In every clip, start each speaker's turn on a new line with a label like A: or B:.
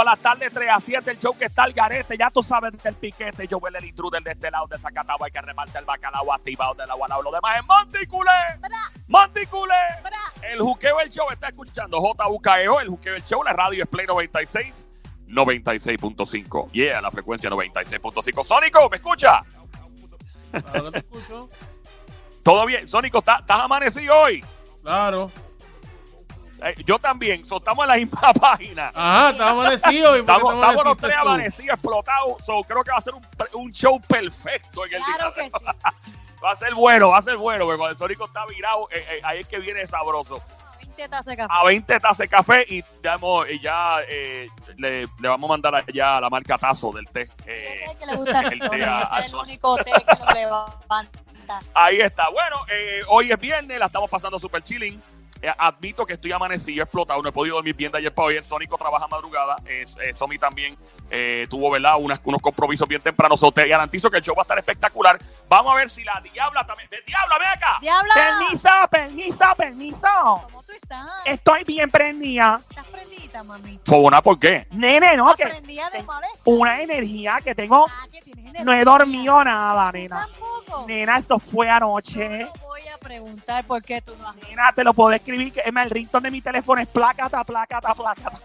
A: a las tardes 3 a 7, el show que está al garete, ya tú sabes del piquete, yo huele el intruder de este lado, de Zacatau, hay que remarte el bacalao activado del agua al lado, lo demás es Monticulé, Monticulé, el juqueo del show está escuchando JUKEO, E el juqueo del show, la radio es Play 96, 96.5, yeah, la frecuencia 96.5, Sónico, ¿me escucha?
B: Claro que te escucho.
A: Todo bien, Sónico, ¿tá- ¿estás amanecido hoy?
B: Claro.
A: Eh, yo también, so, estamos en la misma página.
B: Ajá, estamos amanecidos. ¿y por qué
A: Estamos,
B: te
A: estamos los
B: amaneciste
A: tres
B: tú?
A: amanecidos, explotados. So, creo que va a ser un, pre- un show perfecto en el
C: Claro
A: día.
C: que sí.
A: Va a ser bueno, va a ser bueno, porque cuando el Sónico está virado, eh, eh, ahí es que viene sabroso.
C: 20 tazas de café.
D: Ah,
A: A 20 tazas de café y, damos, y ya eh, le, le vamos a mandar allá la marca Tazo del té.
C: Ese
A: Eh,
C: es el que le gusta al
A: el
C: sol,
A: té
C: ese
A: a- al
C: es el
A: sol.
C: único té que lo levanta.
A: Ahí está. Bueno, eh, hoy es viernes, la estamos pasando super chilling. Eh, admito que estoy amanecido, explotado, no he podido dormir bien de ayer para hoy. El Sónico trabaja madrugada. Eh, eh, Somi también eh, tuvo, ¿verdad? Unas- unos compromisos bien tempranos. So, te garantizo que el show va a estar espectacular. Vamos a ver si la Diabla también. ¡Ve, ¡Diabla, ven acá!
C: ¡Diabla!
D: Permiso, Eh. permiso, permiso.
C: ¿Cómo tú estás?
D: Estoy bien prendida.
C: ¿Estás prendida, mami?
A: Fobona, ¿por qué?
D: Nene, no,
C: ¿Estás
D: que
C: prendida de molestia?
D: una energía que tengo.
C: Ah, que tienes energía.
D: No he dormido nada, nena.
C: Tampoco.
D: Nena, eso fue anoche.
C: No voy a preguntar por qué tú no has dormido.
D: Nena, te lo puedo escribir. Que es más, el ringtone de mi teléfono es placata, placata, placata.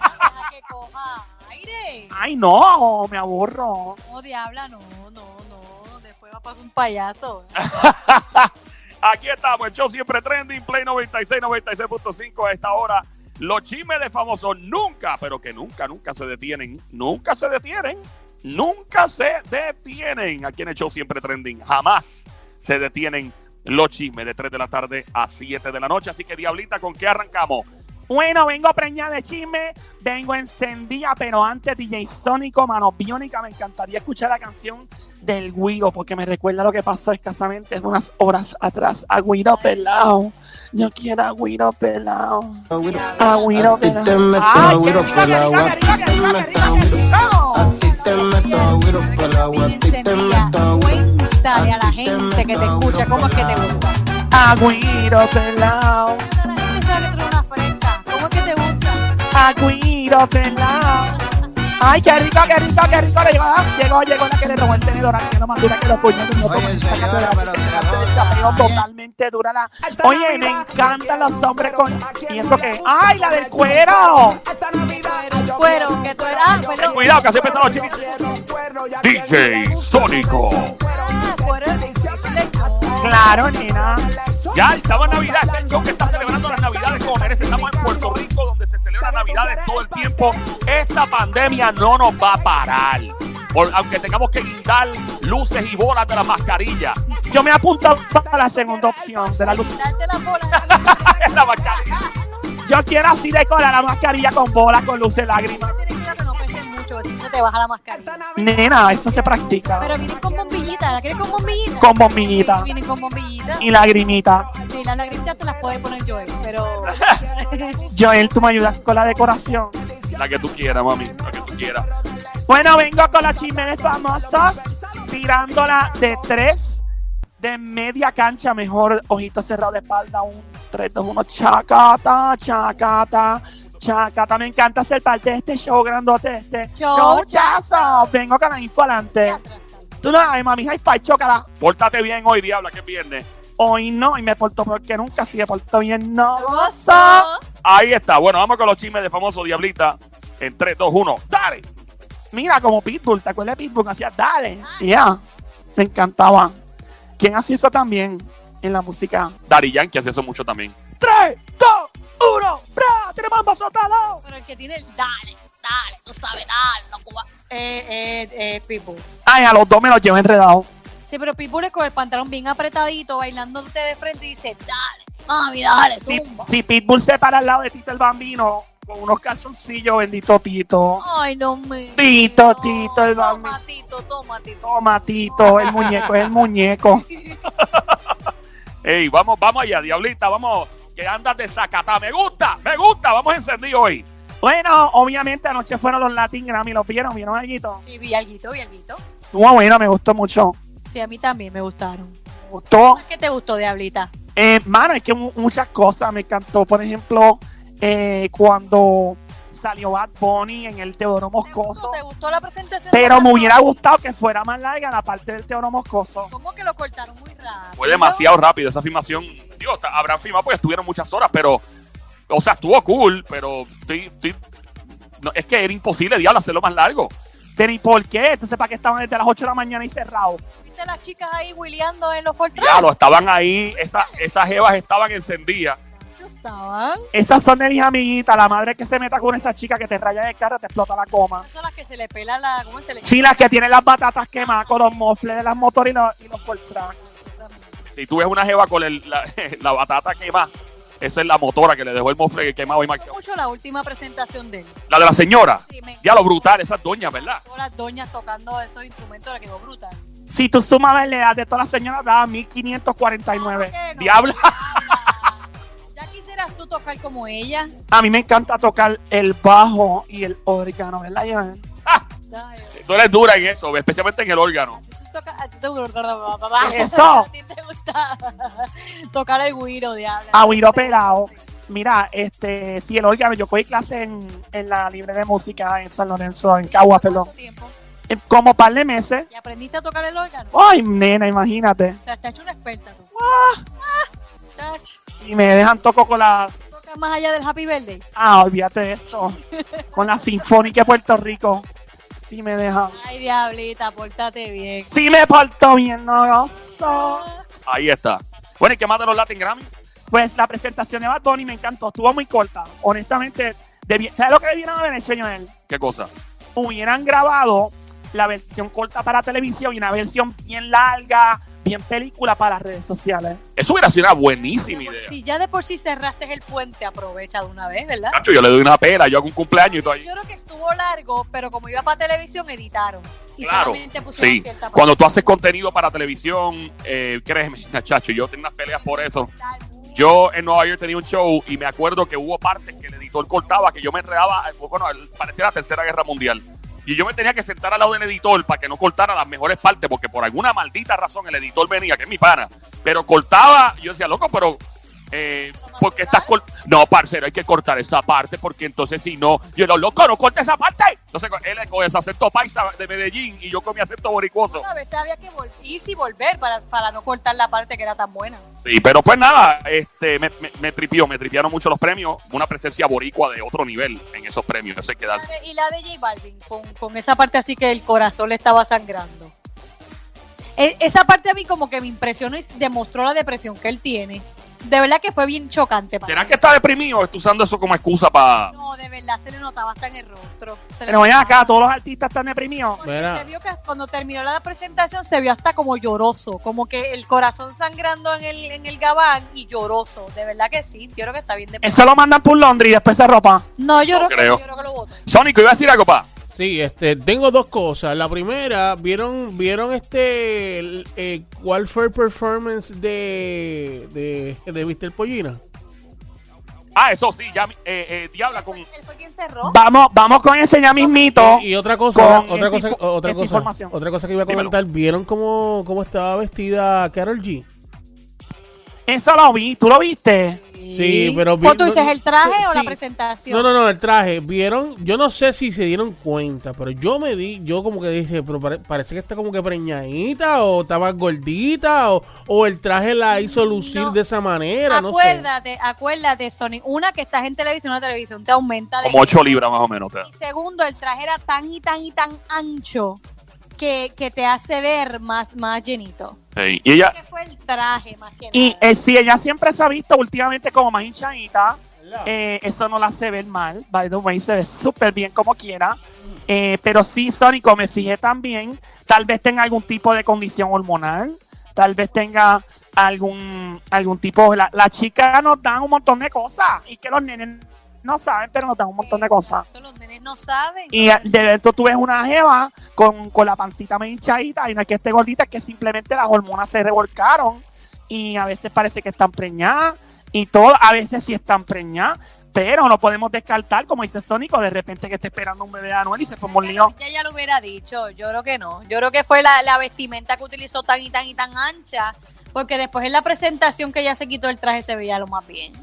C: Deja que coja aire.
D: Ay, no, me aburro.
C: No, diabla, no, no, no. Después va a pasar un payaso.
A: Aquí estamos, el show siempre trending, Play 96, 96.5 a esta hora. Los chismes de famosos nunca, pero que nunca, nunca se detienen. Nunca se detienen. Nunca se detienen. Aquí en el show siempre trending. Jamás se detienen los chismes de 3 de la tarde a 7 de la noche. Así que, Diablita, ¿con qué arrancamos?
D: Bueno, vengo preñada de chisme, vengo encendida, pero antes DJ Sónico, mano biónica, me encantaría escuchar la canción del Guiro, porque me recuerda lo que pasó escasamente unas horas atrás. A Guiro pelao, yo quiero a Guiro pelao, a Guiro pelao. ¡Ay, qué rico, qué rico, qué rico, qué rico, qué rico, qué rico!
C: te Cuéntale a la gente que te escucha cómo es que te gusta.
D: A Guiro pelao,
C: La gente sabe que tú eres una fresca. ¿Cómo es que te gusta?
D: a Guiro pelao. Ay, qué rico, qué rico, qué rico. Llegó, llegó, llegó la que le robó el tenedor. La que no más dura que los puños de un loco.
E: Oye,
D: Esta categoría
E: señora,
D: que
E: pero se
D: se
E: la
D: hace de
E: roba,
D: chapeo
E: bien.
D: totalmente dura la.
F: Hasta
D: Oye,
F: Navidad,
D: me encantan los hombres con.
F: ¿a quién
D: Y
F: no
D: esto
F: le
D: que.
F: gusta
D: ¡Ay, la del cuero!
F: Hasta Navidad.
C: Pero un cuero, que tú eras. Ah, perdón.
A: Cuidado, que así empezaron los
F: Yo
A: chismes.
F: quiero un cuero, ya
A: DJ
F: que a mí me gusta
A: Sónico.
F: un cuero.
C: Ah, cuero. Dile,
D: Claro, nena.
A: Ya, estamos en Navidad. Este es el show que está celebrando las Navidades como merece. Estamos en Puerto Rico, donde se celebran Navidades todo el tiempo. Esta pandemia no nos va a parar. Por- aunque tengamos que guindar luces y bolas de la mascarilla.
D: Yo me apunto para la segunda opción de la luz.
C: Darte la bola.
A: la mascarilla.
D: Yo quiero así decorar la mascarilla con bolas, con luces, lágrimas.
C: Siempre tienes cuidado que no cuentes mucho, si no te baja la mascarilla.
D: Nena, eso se practica.
C: Pero vienen con bombillita, ¿la quieres con bombillita?
D: Con bombillita.
C: Sí, Vienen con bombillita.
D: Y lagrimita.
C: Sí, las lagrimitas te las puede poner yo, pero...
D: Joel, tú me ayudas con la decoración.
A: La que tú quieras, mami. La que tú quieras.
D: Bueno, vengo con los chismes de famosos, tirándola de tres, de media cancha, mejor, ojito cerrado de espalda, un 3, 2, 1, chacata, chacata, chacata. Me encanta ser parte de este show grandote, este
C: Show,
D: showchazo. Vengo con la info adelante. Tú no sabes, mami, high five, chócala.
A: Pórtate bien hoy, diabla, que es viernes.
D: Hoy no, y me porto porque nunca, si me porto bien, no. gozo.
C: ¡Gozo!
A: Ahí está. Bueno, vamos con los chismes de famoso Diablita. En 3, 2, 1. ¡Dale!
D: Mira, como Pitbull, ¿te acuerdas de Pitbull? Que hacía, dale, ya. Me encantaba. ¿Quién hacía eso también en la música?
A: Dari Yankee hace eso mucho también.
D: 3, 2, 1, ¡bra! ¡Tenemos ambos azotados!
C: Pero el que tiene el dale, dale, tú sabes, dale, no cuba. Eh, eh, eh, Pitbull.
D: Ay, a los dos me los llevo enredado.
C: Sí, pero Pitbull es con el pantalón bien apretadito, bailándote de frente y dice, dale, mami, dale,
D: Si,
C: zumba.
D: si Pitbull se para al lado de Tito el Bambino con unos calzoncillos, bendito Tito.
C: Ay, no me...
D: Tito, Tito, el
C: Toma,
D: bambi-
C: Tito, toma, Tito.
D: Toma, Tito, el muñeco es el muñeco.
A: Ey, vamos, vamos allá, Diablita, vamos. Que andas de sacatá. Me gusta, me gusta. Vamos encendido hoy.
D: Bueno, obviamente anoche fueron los Latin Grammy, ¿los vieron? ¿Vieron algo?
C: Sí, Villalguito, Villalguito.
D: Estuvo bueno, me gustó mucho.
C: Sí, a mí también me gustaron.
D: Me gustó.
C: ¿Qué te gustó, Diablita?
D: Eh, mano, es que mu- muchas cosas me encantó. Por ejemplo, eh, cuando salió Bad Bunny en el Teodoro
C: ¿Te gustó,
D: Moscoso.
C: ¿Te gustó la presentación? de
D: Pero
C: Bad
D: me
C: Bunny?
D: hubiera gustado que fuera más larga la parte del Teodoro Moscoso.
C: ¿Cómo que lo cortaron muy rápido?
A: Fue demasiado rápido esa filmación. Digo, hasta habrán filmado porque estuvieron muchas horas, pero. O sea, estuvo cool, pero. estoy- estoy- no, es que era imposible, diablo, hacerlo más largo.
D: Pero ¿y por qué? Entonces, ¿para qué Este estaban desde las 8 de la mañana y cerrados?
C: ¿Viste las chicas ahí wheeleando en los Fortran?
A: Diablo, estaban ahí, esa- esas jevas estaban encendidas.
C: estaban.
D: Esas son de mis amiguitas. La madre que se meta con esa chica que te raya el carro te explota la coma.
C: Esas son las que se le pela la... ¿Cómo se le
D: Sí, las que tienen las batatas quemadas con los mofles de las motores y los, y los Fortran.
A: Si tú ves una jeva con el- la, la batata quemada, esa es la motora que le dejó el mofle quemado y
C: Me gustó
A: marcado.
C: mucho la última presentación de él.
A: La de la señora.
C: Sí, me
A: Diablo,
C: encantó.
A: brutal, esas doñas, ¿verdad?
C: Todas las doñas tocando esos instrumentos, le quedó brutal.
D: Si tú sumabas la edad de todas las señoras, daba 1549.
C: Claro que no.
A: Diabla.
C: Ya quisieras tú tocar como ella.
D: A mí me encanta tocar el bajo y el órgano, ¿verdad, Iván?
C: Dale.
A: Tú eres dura en eso, especialmente en el
C: A
A: órgano.
C: ti te toca- a ti te-
D: Eso.
C: A ti te gusta tocar el guiro, diabla.
D: Agüiro Ah, pelado. Mira, este, si el órgano, yo cogí clase en, en la libre de música en San Lorenzo, en Caguas, perdón.
C: ¿Cuánto tiempo?
D: Eh, Como par de meses.
C: ¿Y aprendiste a tocar el órgano?
D: Ay, nena, imagínate.
C: O sea, te has hecho una experta tú. Ah, te
D: Si me dejan toco con la.
C: tocas más allá del Happy Birthday.
D: Ah, olvídate de eso. Con la Sinfónica de Puerto Rico. Si me dejan.
C: Ay, diablita, pórtate bien. Ah.
D: Si me porto bien, no gozo.
A: Ahí está. Bueno, ¿y qué más de los Latin Grammy?
D: Pues la presentación de Bad Bunny me encantó. Estuvo muy corta. Honestamente, debi- ¿sabes lo que debieran haber hecho, Joel?
A: ¿Qué cosa?
D: hubieran grabado la versión corta para televisión y una versión bien larga, bien película para redes sociales.
A: Eso hubiera sido una
C: De
A: buenísima
C: por-
A: idea.
C: Si ya de por sí cerraste el puente, aprovecha de una vez, ¿verdad?
A: Nacho, yo le doy una pela, yo hago un cumpleaños y todo Ah, ahí.
C: Yo creo que estuvo largo, pero como iba para televisión, editaron. Y
A: Claro,
C: solamente pusieron
A: Sí,
C: cierta
A: cuando tú haces contenido para televisión, eh, créeme, Nachacho, yo tengo unas peleas por eso. Yo en Nueva York tenía un show y me acuerdo que hubo partes que el editor cortaba, que yo me enredaba, bueno, parecía la Tercera Guerra Mundial. Y yo me tenía que sentar al lado del editor para que no cortara las mejores partes, porque por alguna maldita razón el editor venía, que es mi pana, pero cortaba, yo decía, loco, pero... Eh, porque estás cort- no parcero hay que cortar esta parte porque entonces si no yo lo loco no corta esa parte entonces él con ese acento paisa de Medellín y yo con mi acento boricuoso
C: A veces había que vol- irse y volver para, para no cortar la parte que era tan buena.
A: Sí, pero pues nada, este, me, me, me tripió, me tripiaron mucho los premios. Una presencia boricua de otro nivel en esos premios. Eso hay que
C: La
A: darse.
C: de- y la de J Balvin, con, con esa parte así que el corazón le estaba sangrando. E- esa parte a mí como que me impresionó y demostró la depresión que él tiene. De verdad que fue bien chocante. para
A: ¿Será
C: mí.
A: que está deprimido o está usando eso como excusa para.?
C: No, de verdad, se le notaba hasta en el rostro. Se le
D: Pero ven
C: notaba-
D: acá, todos los artistas están deprimidos.
C: Porque
B: Mira.
C: se vio que cuando terminó la presentación se vio hasta como lloroso, como que el corazón sangrando en el, en el gabán y lloroso. De verdad que sí, yo creo que está bien de
D: Eso lo mandan por Londres y después se ropa.
C: No, yo
A: No
C: creo,
A: creo.
C: Que, yo creo que lo votó.
A: Sónico, iba a decir algo, pa.
B: Sí, este, tengo dos cosas. La primera, vieron, vieron este, el, eh, ¿cuál fue el performance de, de, de Mr. Pollina?
A: Ah, eso sí, ya. mi- eh, eh, Diabla con.
C: Él fue- él fue quien cerró.
D: Vamos, vamos con ese ya mismito.
B: Y otra cosa,
D: Con
B: otra
D: esa
B: cosa,
D: info-
B: otra
D: esa
B: cosa,
D: información.
B: otra cosa que iba a comentar. Vieron cómo, cómo estaba vestida Carol G.
D: Eso lo vi, tú lo viste.
B: Sí, pero vi-
C: ¿O tú dices
B: no-
C: el traje
B: sí,
C: o la
B: sí.
C: presentación?
B: No, no, no, el traje. Vieron, yo no sé si se dieron cuenta, pero yo me di, yo como que dije, pero pare- parece que está como que preñadita o estaba gordita o, o el traje la hizo lucir
C: No.
B: de esa manera. no sé.
C: acuérdate, acuérdate, Sony. Una que estás en televisión, una televisión te aumenta de.
A: Como 8 libras más o menos. te-
C: Y segundo, el traje era tan y tan y tan ancho que, que te hace ver más, más llenito.
A: Sí, Y
B: Ah.
A: ella.
C: Que fue el traje más que
D: Y
C: nada.
D: eh, si ella siempre se ha visto últimamente como más hinchadita,
B: ¿Verdad?
D: eh, eso no la hace ver mal. By the way, se ve súper bien como quiera. Eh, pero sí, Sónico, me fijé también. Tal vez tenga algún tipo de condición hormonal. Tal vez tenga algún, algún tipo. La, las chicas nos dan un montón de cosas. Y que los nenes no saben, pero nos dan un montón de cosas.
C: Exacto, Los nenes no saben.
D: Y eh, de esto tú ves una jeva con, con la pancita medio hinchadita y no es que esté gordita, es que simplemente las hormonas se revolcaron y a veces parece que están preñadas y todo, a veces sí están preñadas, pero no podemos descartar, como dice Sónico, de repente que esté esperando un bebé de Anuel y se formó un lío.
C: Ya ya lo hubiera dicho, yo creo que no. Yo creo que fue la, la vestimenta que utilizó tan y tan y tan ancha, porque después en la presentación que ella se quitó el traje se veía lo más bien.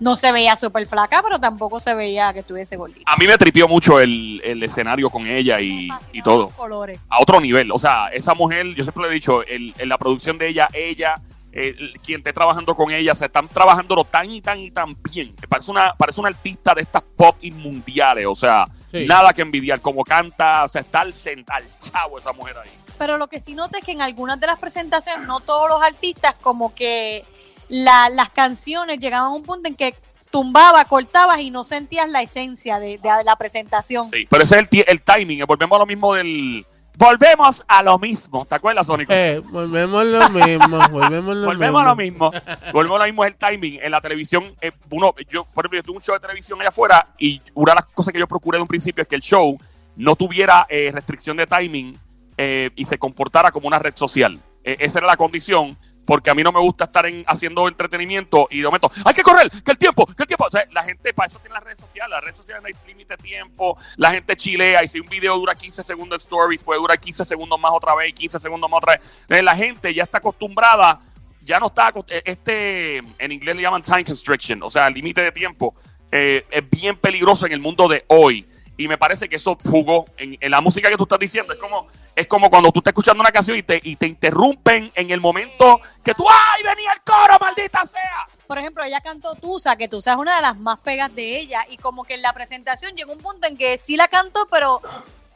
C: No se veía súper flaca, pero tampoco se veía que estuviese gordita.
A: A mí me tripió mucho el, el escenario con ella Ah, y,
C: Me
A: y
C: fascinaban
A: todo.
C: los colores.
A: a otro nivel. O sea, esa mujer, yo siempre le he dicho, el- en la producción de ella, ella, eh, el- quien esté trabajando con ella, se están trabajándolo tan y tan y tan bien. Parece una, parece una artista de estas pop y mundiales. O sea,
B: Sí.
A: nada que envidiar. Como canta, o sea, está al, cen- al chavo esa mujer ahí.
C: Pero lo que sí noto es que en algunas de las presentaciones, no todos los artistas, como que la- las canciones llegaban a un punto en que tumbaba, cortabas y no sentías la esencia de, de la presentación.
A: Sí, pero ese es el, ti- el timing. eh, Volvemos a lo mismo del.
D: Volvemos a lo mismo.
A: ¿Te acuerdas, Sónico?
B: Eh, volvemos a lo mismo, volvemos a lo
D: Volvemos a lo mismo.
A: Volvemos a lo mismo, es el timing. En la televisión, eh, uno, yo, por ejemplo, yo tuve un show de televisión allá afuera y una de las cosas que yo procuré de un principio es que el show no tuviera eh, restricción de timing eh, y se comportara como una red social. Eh, esa era la condición, porque a mí no me gusta estar en- haciendo entretenimiento y de momento, hay que correr, que el tiempo, que el tiempo. O sea, la gente para eso tiene las redes sociales. Las redes sociales no hay límite de tiempo, la gente chilea y si un video dura 15 segundos en stories, puede durar 15 segundos más otra vez y 15 segundos más otra vez. Entonces, la gente ya está acostumbrada ya no está acost- eh, este en inglés le llaman time constriction o sea límite de tiempo eh, es bien peligroso en el mundo de hoy y me parece que eso jugó en, en la música que tú estás diciendo es como es como cuando tú estás escuchando una canción y te, y te interrumpen en el momento que tú ay venía el coro maldita sea
C: Por ejemplo, ella cantó Tusa, que Tusa es una de las más pegas de ella, y como que en la presentación llegó un punto en que sí la cantó, pero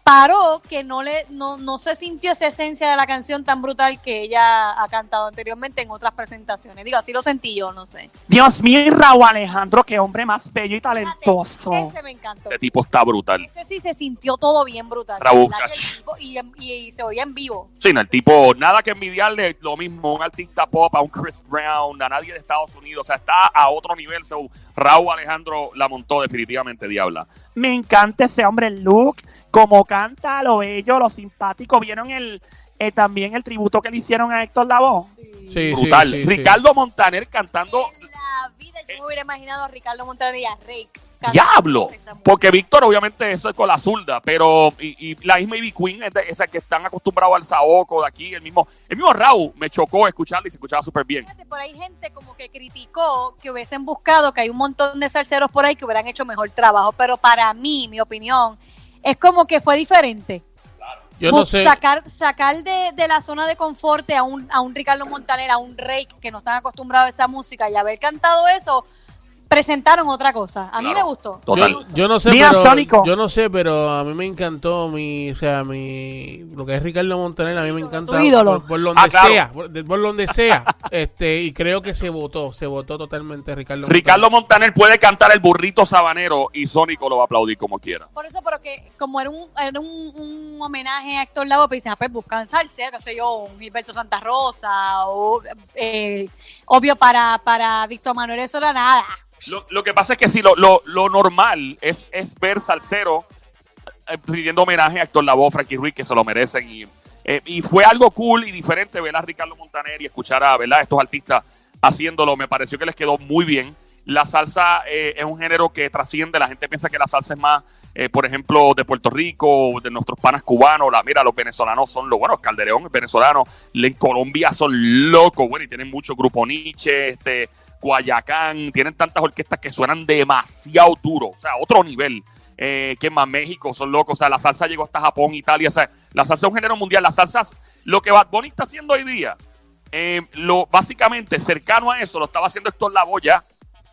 C: paró, que no le no, no se sintió esa esencia de la canción tan brutal que ella ha cantado anteriormente en otras presentaciones. Digo, así lo sentí yo, no sé.
D: Dios mío, y Raúl Alejandro, qué hombre más bello y talentoso.
C: Ese me encantó.
A: este tipo está brutal
C: Ese sí se sintió todo bien brutal.
A: Raúl,
C: La verdad que el
A: chacho.
C: tipo- y, en- y- y se oía en vivo.
A: Sí, no, el tipo, nada que envidiarle lo mismo, un artista pop, a un Chris Brown, a nadie de Estados Unidos, o sea, está a otro nivel, so, Raúl Alejandro la montó definitivamente, Diabla.
D: Me encanta ese hombre, el look, como canta, lo bello, lo simpático. ¿Vieron el, eh, también el tributo que le hicieron a Héctor Lavoe?
B: Sí, sí,
A: Brutal.
B: sí, sí.
A: Ricardo Montaner cantando
C: En la vida yo me hubiera imaginado a Ricardo Montaner y a Rick. cantando
A: Diablo.
C: esa música.
A: Porque Víctor, obviamente, eso es con la zurda, pero y, y la misma Ivy Queen, es de esas que están acostumbrados al saoco de aquí, el mismo, el mismo Raúl me chocó escucharla y se escuchaba súper bien.
C: Fíjate, por ahí gente como que criticó que hubiesen buscado, que hay un montón de salseros por ahí que hubieran hecho mejor trabajo, pero para mí, mi opinión, es como que fue diferente.
B: Yo no
C: Bu-
B: sé.
C: Sacar, sacar de, de la zona de confort a un, a un Ricardo Montaner, a un Rey que no están acostumbrados a esa música y haber cantado eso, presentaron otra cosa. A mí
A: Claro.
C: me gustó.
A: Total.
B: Yo, yo no sé,
D: Mira,
B: pero,
D: Sónico.
B: yo no sé, pero a mí me encantó mi, o sea, mi, lo que es Ricardo Montaner, a mí me encanta
C: tu ídolo.
B: por, por donde
A: Ah, claro.
B: sea, por, de- por donde sea, este, y creo que se votó, se votó totalmente Ricardo.
A: Ricardo
B: Montaner.
A: Montaner puede cantar el burrito sabanero y Sónico lo va a aplaudir como quiera.
C: Por eso, pero que como era un, era un, un homenaje a Héctor Lavoe, pues dicen, ah, pues buscan salsa, no sé yo, un Gilberto Santa Rosa, o, eh, obvio para, para Víctor Manuel, eso era nada.
A: Lo, lo que pasa es que sí, lo, lo, lo normal es, es ver Salcero eh, rindiendo homenaje a Actor Lavoe, Frankie Ruiz, que se lo merecen. Y, eh, y fue algo cool y diferente ver a Ricardo Montaner y escuchar a ¿verdad? estos artistas haciéndolo. Me pareció que les quedó muy bien. La salsa eh, es un género que trasciende. La gente piensa que la salsa es más, eh, por ejemplo, de Puerto Rico, de nuestros panas cubanos. La, mira, los venezolanos son los buenos. Calderón es venezolano. En Colombia son locos. Bueno, y tienen mucho grupo Nietzsche, este, Guayacán. Tienen tantas orquestas que suenan demasiado duro. O sea, otro nivel. Eh, ¿Quién más? México, son locos. O sea, la salsa llegó hasta Japón, Italia. O sea, la salsa es un género mundial. Las salsas, lo que Bad Bunny está haciendo hoy día, eh, lo, básicamente cercano a eso, lo estaba haciendo Héctor Lavoe ya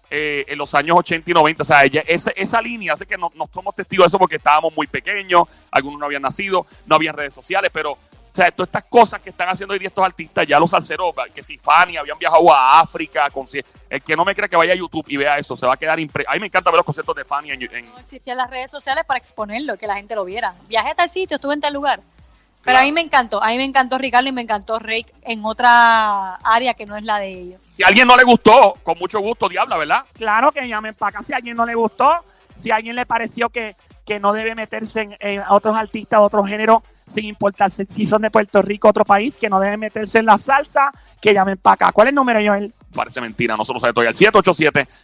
A: eh, en los años 80 y 90. O sea, ella- esa, esa línea, sé que no, no somos testigos de eso porque estábamos muy pequeños, algunos no habían nacido, no habían redes sociales, pero. O sea, todas estas cosas que están haciendo hoy día estos artistas, ya los salseros, que si Fanny habían viajado a África, con, el que no me crea que vaya a YouTube y vea eso, se va a quedar impre... A mí me encanta ver los conciertos de Fanny en, en-
C: No existían las redes sociales para exponerlo, que la gente lo viera. Viajé a tal sitio, estuve en tal lugar. Pero a mí me encantó, a mí me encantó Ricardo y me encantó Rey en otra área que no es la de ellos.
A: Si a alguien no le gustó, con mucho gusto, diabla, ¿verdad?
D: Claro que llamen para acá si a alguien no le gustó, si a alguien le pareció que, que no debe meterse en, en a otros artistas de otro género, sin importarse si son de Puerto Rico, otro país, que no debe meterse en la salsa, que llamen para acá. ¿Cuál es el número, Joel?
A: Parece mentira, nosotros sabemos todavía. El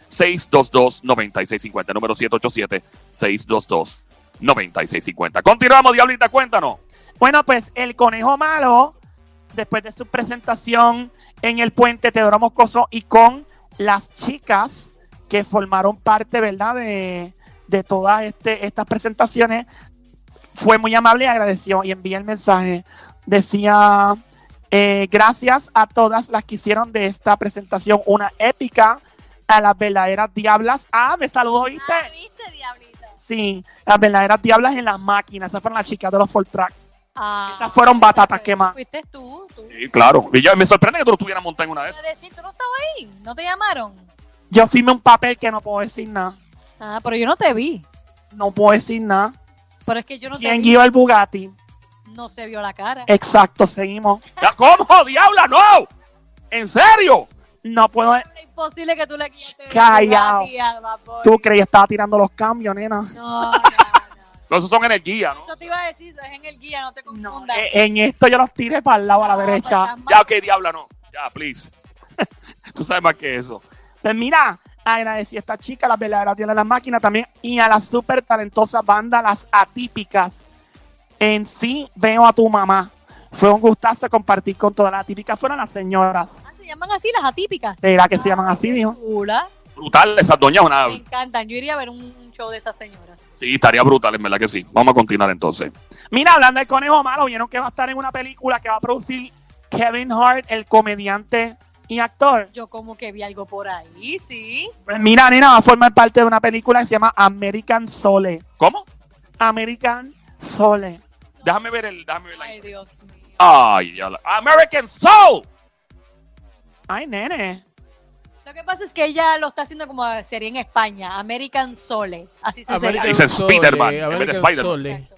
A: 787-622-9650. Número 787-622-9650. Continuamos, diablita, cuéntanos.
D: Bueno, pues el conejo malo, después de su presentación en el puente Teodoro Moscoso y con las chicas, que formaron parte, ¿verdad?, de, de todas este, estas presentaciones. Fue muy amable y agradeció y envié el mensaje. Decía, eh, gracias a todas las que hicieron de esta presentación una épica, a las verdaderas diablas. Ah, me saludó, ¿viste?
C: Ah, ¿viste, diablito?
D: Sí, las verdaderas diablas en las máquinas. Esas fueron las chicas de los full track.
C: Ah,
D: Esas fueron batatas
C: fue-
D: quemadas.
C: Fuiste tú, tú.
A: Sí, claro. Y yo- me sorprende que tú lo estuvieras montado en una de
C: Iba
A: esas.
C: a decir, tú no estabas ahí, no te llamaron.
D: Yo firmé un papel que no puedo decir nada.
C: Ah, pero yo no te vi.
D: No puedo decir nada.
C: Pero es que yo no te
D: ¿Quién Eh,
C: vi.
D: guió el Bugatti?
C: No se vio la cara.
D: Exacto, seguimos.
A: Ya, ¿Cómo, diabla? ¡No! ¿En serio?
D: No puedo.
C: Es imposible que tú le guiaste. el
D: Callao.
C: Bugatti al vapor.
D: Tú creí que estaba tirando los cambios, nena.
C: No, no, no.
A: No, Esos son energía, ¿no?
C: Eso te iba a decir, eso es en el guía, no te
D: No,
C: confundas.
D: eh, en esto yo los tiré para el lado a la
C: No,
D: derecha.
C: pues, estás
A: Ya,
C: mal.
A: ok, diabla, no. Ya, please. tú sabes más que eso.
D: Pues mira, agradecí a esta chica, las verdaderas de las máquinas también, y a la súper talentosa banda Las Atípicas. En sí, veo a tu mamá. Fue un gustazo compartir con todas las atípicas. Fueron las señoras.
C: Ah, se llaman así las atípicas.
D: ¿Será que se llaman así, dijo?
C: Chula.
A: Brutal, esas doñas, una.
B: Ah.
C: Me encantan. Yo iría a ver un, un show de esas señoras.
A: Sí, estaría brutal, en verdad que sí. Vamos a continuar entonces.
D: Mira, hablando del conejo malo, vieron que va a estar en una película que va a producir Kevin Hart, el comediante y actor.
C: Yo como que vi algo por ahí, sí.
D: Pues mira, nena, va a formar parte de una película que se llama American Sole.
A: ¿Cómo?
D: American Sole.
A: Déjame ver el. Déjame ver la.
C: Ay, Dios mío.
B: Ah.
A: Ay, diabla. American Soul.
D: Ay, nene.
C: Lo que pasa es que ella lo está haciendo como eh, sería en España, American Sole. Así se
B: American
A: Dicen
B: Sole,
A: Spiderman, en vez de
B: American
A: Spider-Man.
B: Sole.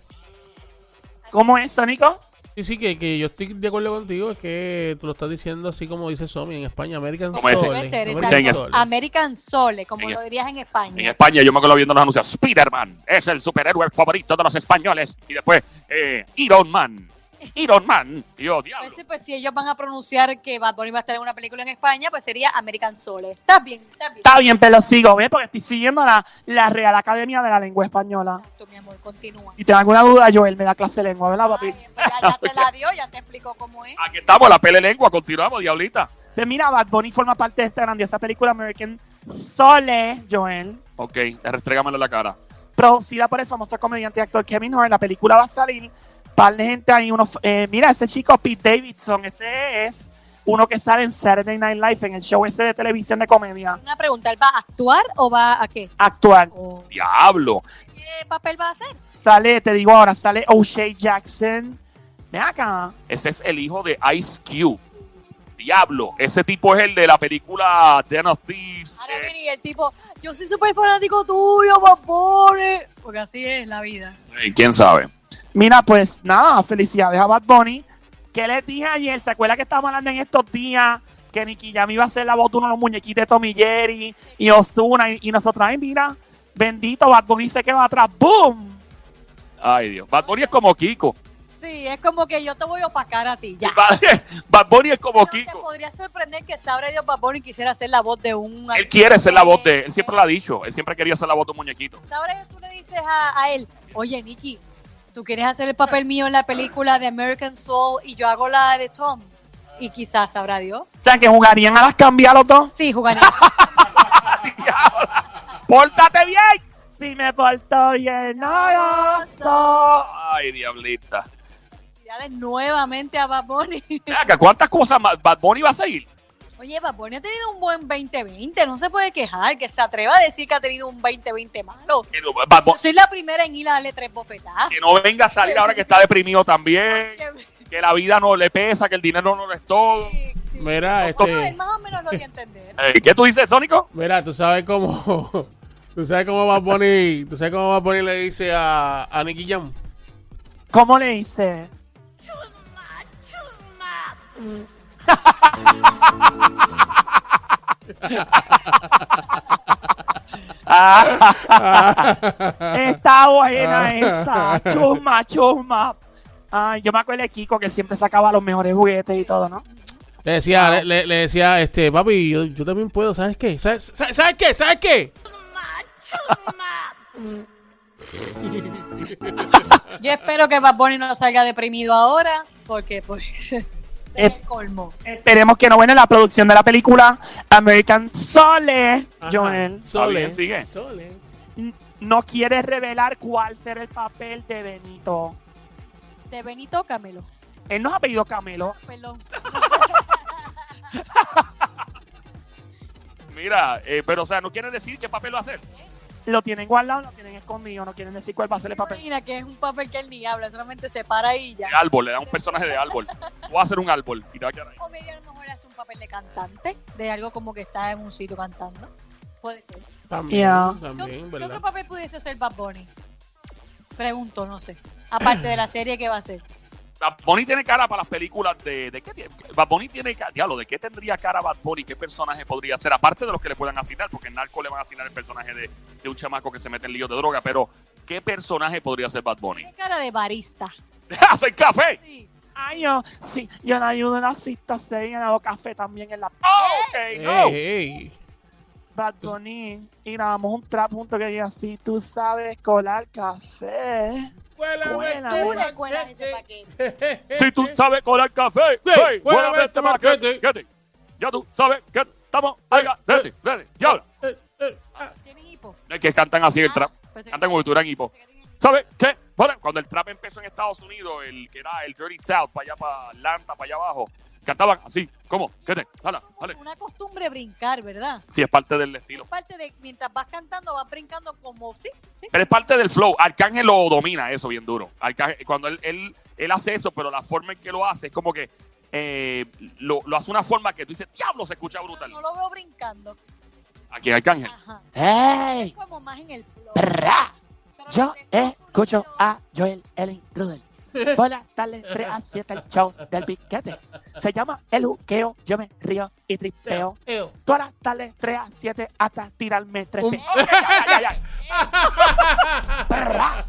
D: ¿Cómo es, Sónico?
B: Sí, sí, que, que yo estoy de acuerdo contigo, es que tú lo estás diciendo así como dice Somi en España, American
A: Como ese.
B: Sole.
A: Dicen
B: American
A: es-
B: Sole.
C: American Sole, como
A: En-
C: lo dirías en
A: En
C: España. Pues
A: España, yo me acuerdo viendo los anuncios. Spider-Man es el superhéroe favorito de los españoles. Y después, eh, Iron Man. Iron Man. Y yo, diablo.
C: Pues, sí, pues si ellos van a pronunciar que Bad Bunny va a estar en una película en España, pues sería American Sole. Está bien, está bien.
D: Está bien, pero sigo, ¿ves? Porque estoy siguiendo la, la Real Academia de la Lengua Española.
C: Exacto, mi amor, continúa.
D: Si tengo alguna duda, Joel me da clase de lengua, ¿verdad,
C: Ay,
D: papi?
C: en verdad, ya te la dio, ya te explicó cómo es.
A: Aquí estamos, la pele lengua. Continuamos, diablita.
D: Pues mira, Bad Bunny forma parte de esta grandiosa película American Sole, Joel.
A: Ok, restrégamelo en la cara.
D: Producida por el famoso comediante y actor Kevin Hart. La película va a salir. Par de gente ahí, uno. eh, mira, ese chico, Pete Davidson, ese es uno que sale en Saturday Night Live, en el show ese de televisión de comedia
C: Una pregunta, ¿él va a actuar o va a qué?
D: actual.
C: ¿O
A: Diablo.
C: ¿Qué papel va a hacer?
D: Sale, te digo ahora, sale O'Shea Jackson. Ven acá.
A: Ese es el hijo de Ice Cube. Diablo. Ese tipo es el de la película Den of Thieves.
C: Ahora
A: eh,
C: viene y el tipo, yo soy súper fanático tuyo, papone. Porque así es la vida.
A: eh, ¿Quién sabe?
D: Mira, pues nada, felicidades a Bad Bunny. ¿Qué les dije ayer? ¿Se acuerda que estábamos hablando en estos días? Que Nicky Jam iba a hacer la voz de uno de los muñequitos de Tommy Jerry y Ozuna. Y, y nosotros, ay, mira, bendito Bad Bunny se queda atrás. ¡Boom!
A: Ay, Dios. Bad Bunny es como Kiko.
C: Sí, es como que yo te voy a opacar a ti, ya.
A: Bad, Bad Bunny es como
C: Pero te
A: Kiko.
C: podría sorprender que sabrá Dios Bad Bunny quisiera hacer la voz de un...
A: Él quiere ser la voz de. Él siempre lo ha dicho. Él siempre quería ser la voz de un muñequito.
C: Sabrá Dios tú le dices a, a él, oye, Nicky, tú quieres hacer el papel mío en la película de American Soul y yo hago la de Tom. Y quizás, sabrá Dios.
D: O sea, que jugarían a las cambias los dos.
C: Sí, jugaría.
D: ¡Pórtate bien! Si me porto bien, no lo soy.
A: Ay, diablita.
C: Felicidades nuevamente a Bad Bunny.
A: Ven acá, ¿Cuántas cosas más Bad Bunny va a seguir?
C: Oye, Bad Bunny ha tenido un buen 2020, no se puede quejar, que se atreva a decir que ha tenido un 2020 malo.
A: Que no, Bad
C: Yo
A: Bunny-
C: soy la primera en ir a darle tres bofetadas.
A: que no venga a salir ahora que está deprimido también. Que la vida no le pesa, que el dinero no lo es todo.
C: Sí, sí.
B: Mira,
C: No, él
B: este,
C: más o menos lo voy a entender.
A: Eh, ¿Qué tú dices, Sónico?
B: mira, tú sabes cómo, tú sabes cómo va a poner, tú sabes cómo va a poner le dice a, a Nicky Jam.
D: ¿Cómo le hice? Está buena esa. Chuma, chuma. Ay, yo me acuerdo de Kiko que siempre sacaba los mejores juguetes y todo, ¿no?
B: Le decía, le, le- le decía, este, papi, yo, yo también puedo, ¿sabes qué? ¿Sabes, sabes- sabes qué? ¿Sabes qué?
C: Yo espero que Bad Bunny no salga deprimido ahora, porque pues es el colmo.
D: Esperemos que no viene la producción de la película American Sole,
B: Ajá.
D: Joel.
B: Sole.
A: bien, sigue.
B: Sole.
D: N- No quiere revelar cuál será el papel de Benito.
C: De Benito Camelo.
D: Él nos ha pedido Camelo.
C: Perdón.
A: Mira, eh, pero o sea, no quiere decir qué papel va a hacer.
D: Lo tienen guardado, lo tienen escondido, no quieren decir cuál va a ser el papel.
C: Imagina que es un papel que él ni habla, solamente se para y ya.
A: De árbol, le da un personaje de árbol. Voy a hacer un árbol y te va a quedar ahí.
C: O maybe a lo mejor hace un papel de cantante, de algo como que está en un sitio cantando. Puede ser.
B: También,
D: Yeah.
C: ¿Qué,
B: también,
C: ot- qué
B: ¿verdad?
C: otro papel pudiese hacer Bad Bunny? Pregunto, no sé. Aparte de la serie que va a hacer.
A: Bad Bunny tiene cara para las películas de. ¿De qué tiene? Bad Bunny tiene. ca- Diablo, ¿de qué tendría cara Bad Bunny? ¿Qué personaje podría ser? Aparte de los que le puedan asignar, porque en Narco le van a asignar el personaje de, de un chamaco que se mete en líos de droga, pero ¿qué personaje podría ser Bad Bunny?
C: Tiene cara de barista.
A: ¡Hacer café!
C: Sí.
D: Ay, yo, sí, yo le ayudo en la cita, se viene a café también en la
A: ¡Oh, ok, no!
B: Ey, ey.
D: Bad Bunny. Y grabamos un trap junto que diga así, tú sabes colar café.
B: Cuélame
D: Cuélame.
B: este
C: Tú le
B: paquete.
C: cuelas ese paquete.
A: Si tú sabes colar café,
B: Sí,
A: hey,
B: bueno,
A: buena
B: este
A: vez más que-
B: paquete.
A: que te- ya tú sabes que estamos. Oiga, ready, ready, ya habla.
B: Eh, eh, ah,
C: ¿Tienes hipo?
A: No es que cantan así el trap.
C: pues se-
A: Cantan como si tuvieran hipo.
C: se-
A: ¿Sabes qué? Bueno, cuando el trap empezó en Estados Unidos, el que era el Dirty South, para allá, para Atlanta, para allá abajo, cantaban así, ¿cómo? ¿Qué te? Jala, jale.
C: Una costumbre brincar, ¿verdad?
A: Sí, es parte del
C: Es
A: estilo.
C: parte de, mientras vas cantando, vas brincando como, sí, sí.
A: Pero es parte del flow. Arcángel lo domina eso bien duro. Arcángel, cuando él, él, él hace eso, pero la forma en que lo hace es como que eh, lo, lo hace una forma que tú dices, diablo, se escucha
C: No,
A: brutal.
C: no lo veo brincando.
A: Aquí, Arcángel.
C: Ajá.
D: ¡Ey!
C: Como más en el flow.
D: ¡Pra!
C: Pero
D: Yo eh,
C: lo que te-
D: escucho a Joel el Intruder. Por las tardes 3 a 7 el show del piquete. Se llama El Juqueo, yo me río y tripeo.
B: eo.
D: Todas las tardes 3 a 7 hasta tirarme tres
B: Un-
D: pe-
C: Um.
A: Ok, ya, ya, ya, ya.
D: ¡Perra!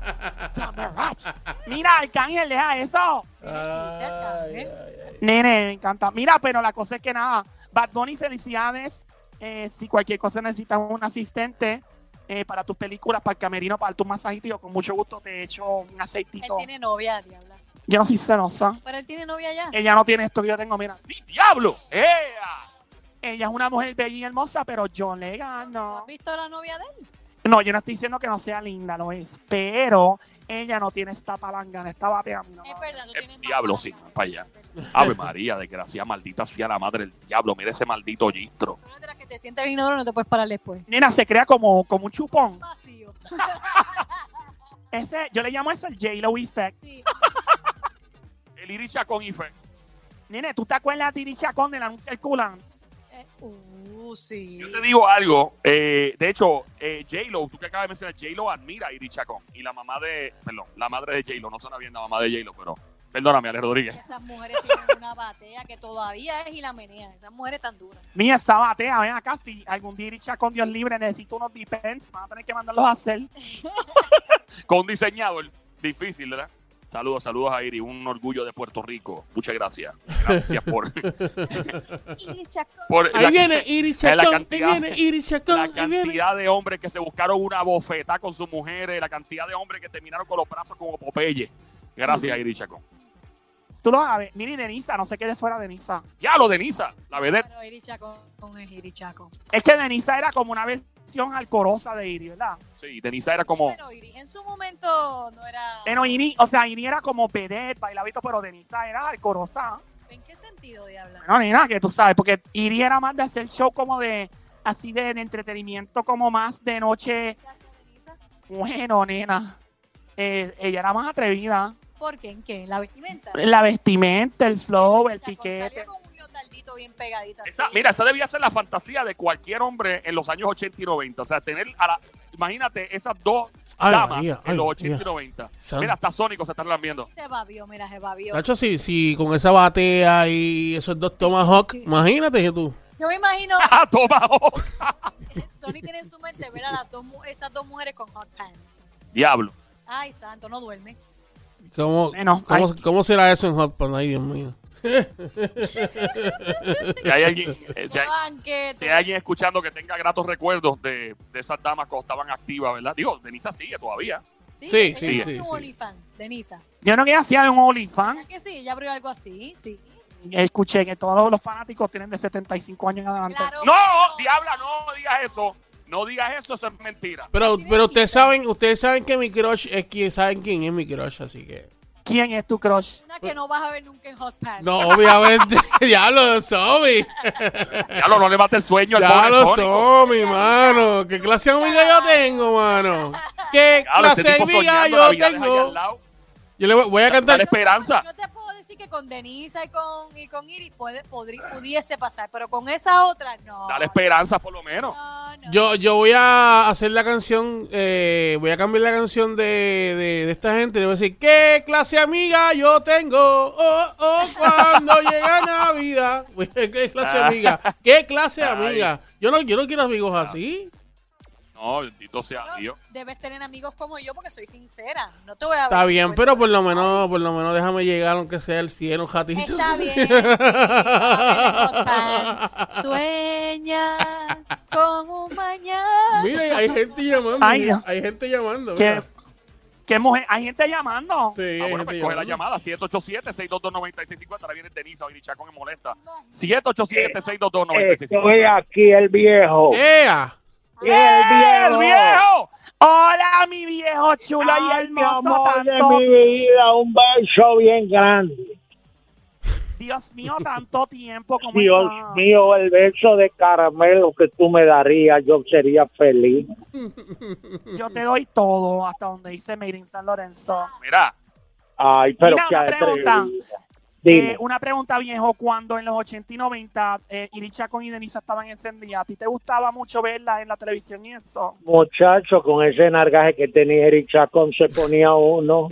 D: ¡Tamarach! Mira, Arcángel, deja eso.
B: Ay,
C: Tiene chiste, ¿eh?
B: ay, ay.
D: Nene, me encanta. Mira, pero la cosa es que nada, Bad Bunny, felicidades. Eh, si cualquier cosa necesitas un asistente eh, para tus películas, para el camerino, para tu masajito, yo con mucho gusto te echo un
C: Él
D: aceitito.
C: tiene novia, diabla.
D: Yo no soy celosa.
C: Pero él tiene novia ya.
D: Ella no tiene esto que yo tengo, mira.
A: ¡Di- ¡Diablo! ¡Ea!
D: Ella es una mujer bella y hermosa, pero yo le
C: ¿Tú
D: gano.
C: has visto la novia de él?
D: No, yo no estoy diciendo que no sea linda, lo es. Pero ella no tiene esta palanca, no está batea. mi
C: Es
D: mamá.
C: verdad, tú
A: El
C: tienes más
A: Eh, diablo,
C: palanca.
A: sí, para allá. Ave María, desgraciada, maldita sea la madre del diablo. Mira ese maldito gistro.
C: Tú eres de las que te sientas en el inodoro no te puedes parar después.
D: Nena, se crea como, como un chupón.
C: Vacío.
D: Ese, yo le llamo eso el J-Lo effect.
C: Sí.
A: El Iricha con Ife.
D: Nene, ¿tú te acuerdas de Tiri Chacón del anuncio del Culan?
C: Eh, uh, sí.
A: Yo te digo algo. eh, de hecho, eh, J-Lo, tú que acabas de mencionar, J-Lo admira a Iri Chacón. Y la mamá de. Perdón, la madre de J-Lo. No suena bien la mamá de J-Lo, pero. Perdóname, Ale Rodríguez.
C: Esas mujeres tienen una batea que todavía es y la menea. Esas mujeres tan duras.
D: Mía, esta batea, ven acá. Si algún Tiri Chacón, Dios libre, necesito unos depends, van a tener que mandarlos a hacer.
A: Con un diseñador. Difícil, ¿verdad? Saludos, saludos a Iri. Un orgullo de Puerto Rico. Muchas gracias. Gracias por.
C: Y Chacón.
A: por
B: Ahí
A: la-
B: viene Iris
A: la
B: Chacón, ahí
A: cantidad-
B: viene Iris Chacón,
A: la
B: ahí viene.
A: cantidad de hombres que se buscaron una bofeta con sus mujeres, la cantidad de hombres que terminaron con los brazos como Popeye. Gracias, Iri Chacón.
D: Tú lo sabes. Mira, y Denisa, no sé qué de fuera de Denisa.
A: Ya lo de Nisa, la vedette.
C: Pero Iri Chacón es Iri Chacón.
D: Es que Denisa era como una versión alcorosa de Iri, ¿verdad?
A: Sí, de Nisa era como.
C: Pero Iri en su momento no era.
D: Pero Iri, o sea, Iri era como vedette, bailabito, pero Denisa era alcorosa.
C: ¿En qué sentido, diabla?
D: No, nena, que tú sabes, porque Iri era más de hacer show como de, así de, de entretenimiento, como más de noche.
C: ¿Qué hace Denisa?
D: Bueno, nena, eh, ella era más atrevida.
C: ¿Por qué? ¿En qué? ¿En la vestimenta?
D: La vestimenta, el flow, el
C: Chacón
D: piquete.
C: Salió con un leotardito bien pegadito.
A: Esa-
C: así.
A: mira, esa debía ser la fantasía de cualquier hombre en los años 80 y 90. O sea, tener a la. Imagínate esas dos
B: Ay,
A: damas
B: María,
A: en
B: ay,
A: los 80 y
B: María.
A: 90.
B: San-
A: Mira, hasta Sónico se están viendo.
C: Se babió, mira, se babió.
B: Nacho, si, si con esa batea y esos dos Tomahawk, imagínate que tú.
C: Yo me imagino
A: ¡Ah, toma! oh!
C: Sony tiene en su mente ver a las dos, mu- esas dos mujeres con hot pants.
A: Diablo.
C: Ay, santo, no duerme.
B: ¿Cómo,
D: Bueno,
B: cómo, cómo será eso en Hot Pan? Ay, Dios mío.
A: Si hay alguien, eh, si hay-
C: Banquete.
A: si hay alguien escuchando que tenga gratos recuerdos de, de esas damas cuando estaban activas, ¿verdad? Digo, Denisa sigue todavía.
C: Sí,
B: Sí,
C: ella
B: sí,
C: tiene
B: sí,
C: un
B: sí.
C: OnlyFans, Denisa.
D: Yo no quería hacer un OnlyFans.
C: ¿Verdad que sí? Ella abrió algo así, sí.
D: escuché que todos los fanáticos tienen de 75 años en adelante.
C: Claro,
A: No,
C: pero-
A: diabla, no digas eso. No digas eso, eso es mentira.
B: Pero, pero ustedes saben, ustedes saben que mi crush es quien saben quién es mi crush, así que.
D: ¿Quién es tu crush?
C: Una que no vas a ver nunca en Hot Pants.
B: No, obviamente, ya lo zombie.
A: Ya lo, no le mate el sueño al
B: Ya
A: pobre
B: lo
A: Sónico.
B: zombie, mano. ¿Qué clase de amiga yo tengo, mano? ¿Qué
A: Diablo, este
B: clase de
A: tipo
B: amiga
A: soñando,
B: yo
A: la vida deja ahí
B: tengo?
A: al lado.
B: Yo le voy, voy a
A: Dale,
B: cantar.
C: Yo te-
A: Esperanza.
C: Yo te puedo decir que con Denisa y con, y con Iris puede, podri- pudiese pasar, pero con esa otra no.
A: Dale esperanza, por lo menos.
C: No, no.
B: Yo, yo voy a hacer la canción, eh, voy a cambiar la canción de, de, de esta gente. Le voy a decir, ¿qué clase de amiga yo tengo? Oh, oh, cuando llega Navidad. ¿Qué clase de amiga? ¿Qué clase de
A: Ah. Ay.
B: amiga? Yo no, yo no quiero amigos así.
A: No, bendito sea
C: Pero
A: Dios.
C: Debes tener amigos como yo porque soy sincera. No te voy a
B: Está bien, pero por lo menos, por lo menos déjame llegar, aunque sea el cielo, un ratito.
C: Está bien. sí, total. Sueña con un mañana.
B: Mira, hay gente llamando.
D: Ay,
B: mira,
D: no.
B: hay gente llamando.
D: ¿Qué,
B: mira.
D: qué mujer? Hay gente llamando.
B: Sí, hay
A: Ah, bueno,
B: gente
A: pues coge la
B: llamando.
A: llamada, 787-622-9650. Ahora viene Denisa, viene Chacón y molesta. 787-622-9650.
G: Eh,
E: Estoy aquí el viejo.
B: ¡Ea!
E: El
D: ¡El viejo! ¡Hola, mi viejo chulo y
E: Ay, mi
D: hermoso
E: amor de
D: tanto!
E: mi vida, un beso bien grande.
D: Dios mío, tanto tiempo como
E: Dios mío, el beso de caramelo que tú me darías, yo sería feliz.
D: Yo te doy todo hasta donde dice Made in San Lorenzo.
A: Mira,
E: Ay, pero
D: Mira,
E: qué
D: una pregunta.
E: atrevida. Dime,
D: Eh, una pregunta, viejo. Cuando en los 80 y 90 eh, Iri Chacón y Denisa estaban encendidas, ¿a ti te gustaba mucho verlas en la televisión y eso?
E: muchacho, con ese nargaje que tenía Eric Chacón se ponía uno.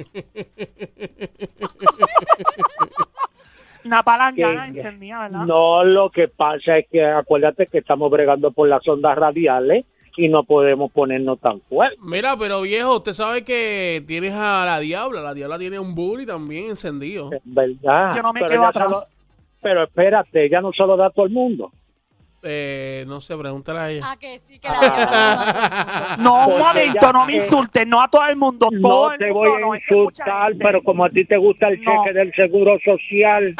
D: Una palangana
E: ¿Qué?
D: encendida, ¿verdad?
E: No, lo que pasa es que acuérdate que estamos bregando por las ondas radiales y no podemos ponernos tan fuertes.
B: Mira, pero viejo, usted sabe que tienes a la diabla. La diabla tiene un bully también encendido.
E: ¿Verdad?
D: Yo no me
E: Pero
D: quedo
E: ya
D: atrás.
E: se lo- pero espérate, ya no se lo da a todo el mundo.
B: Eh, no sé, pregúntale a ella.
C: Ah, que sí, que la diabla.
D: No, un
E: Porque
D: momento,
E: ya
D: no me
E: que-
D: insultes, no a todo el mundo, todo
E: No
D: el
E: te voy
D: mundo, no,
E: a
D: es que mucha
E: insultar,
D: gente.
E: pero como a ti te gusta el
D: No.
E: cheque del seguro social,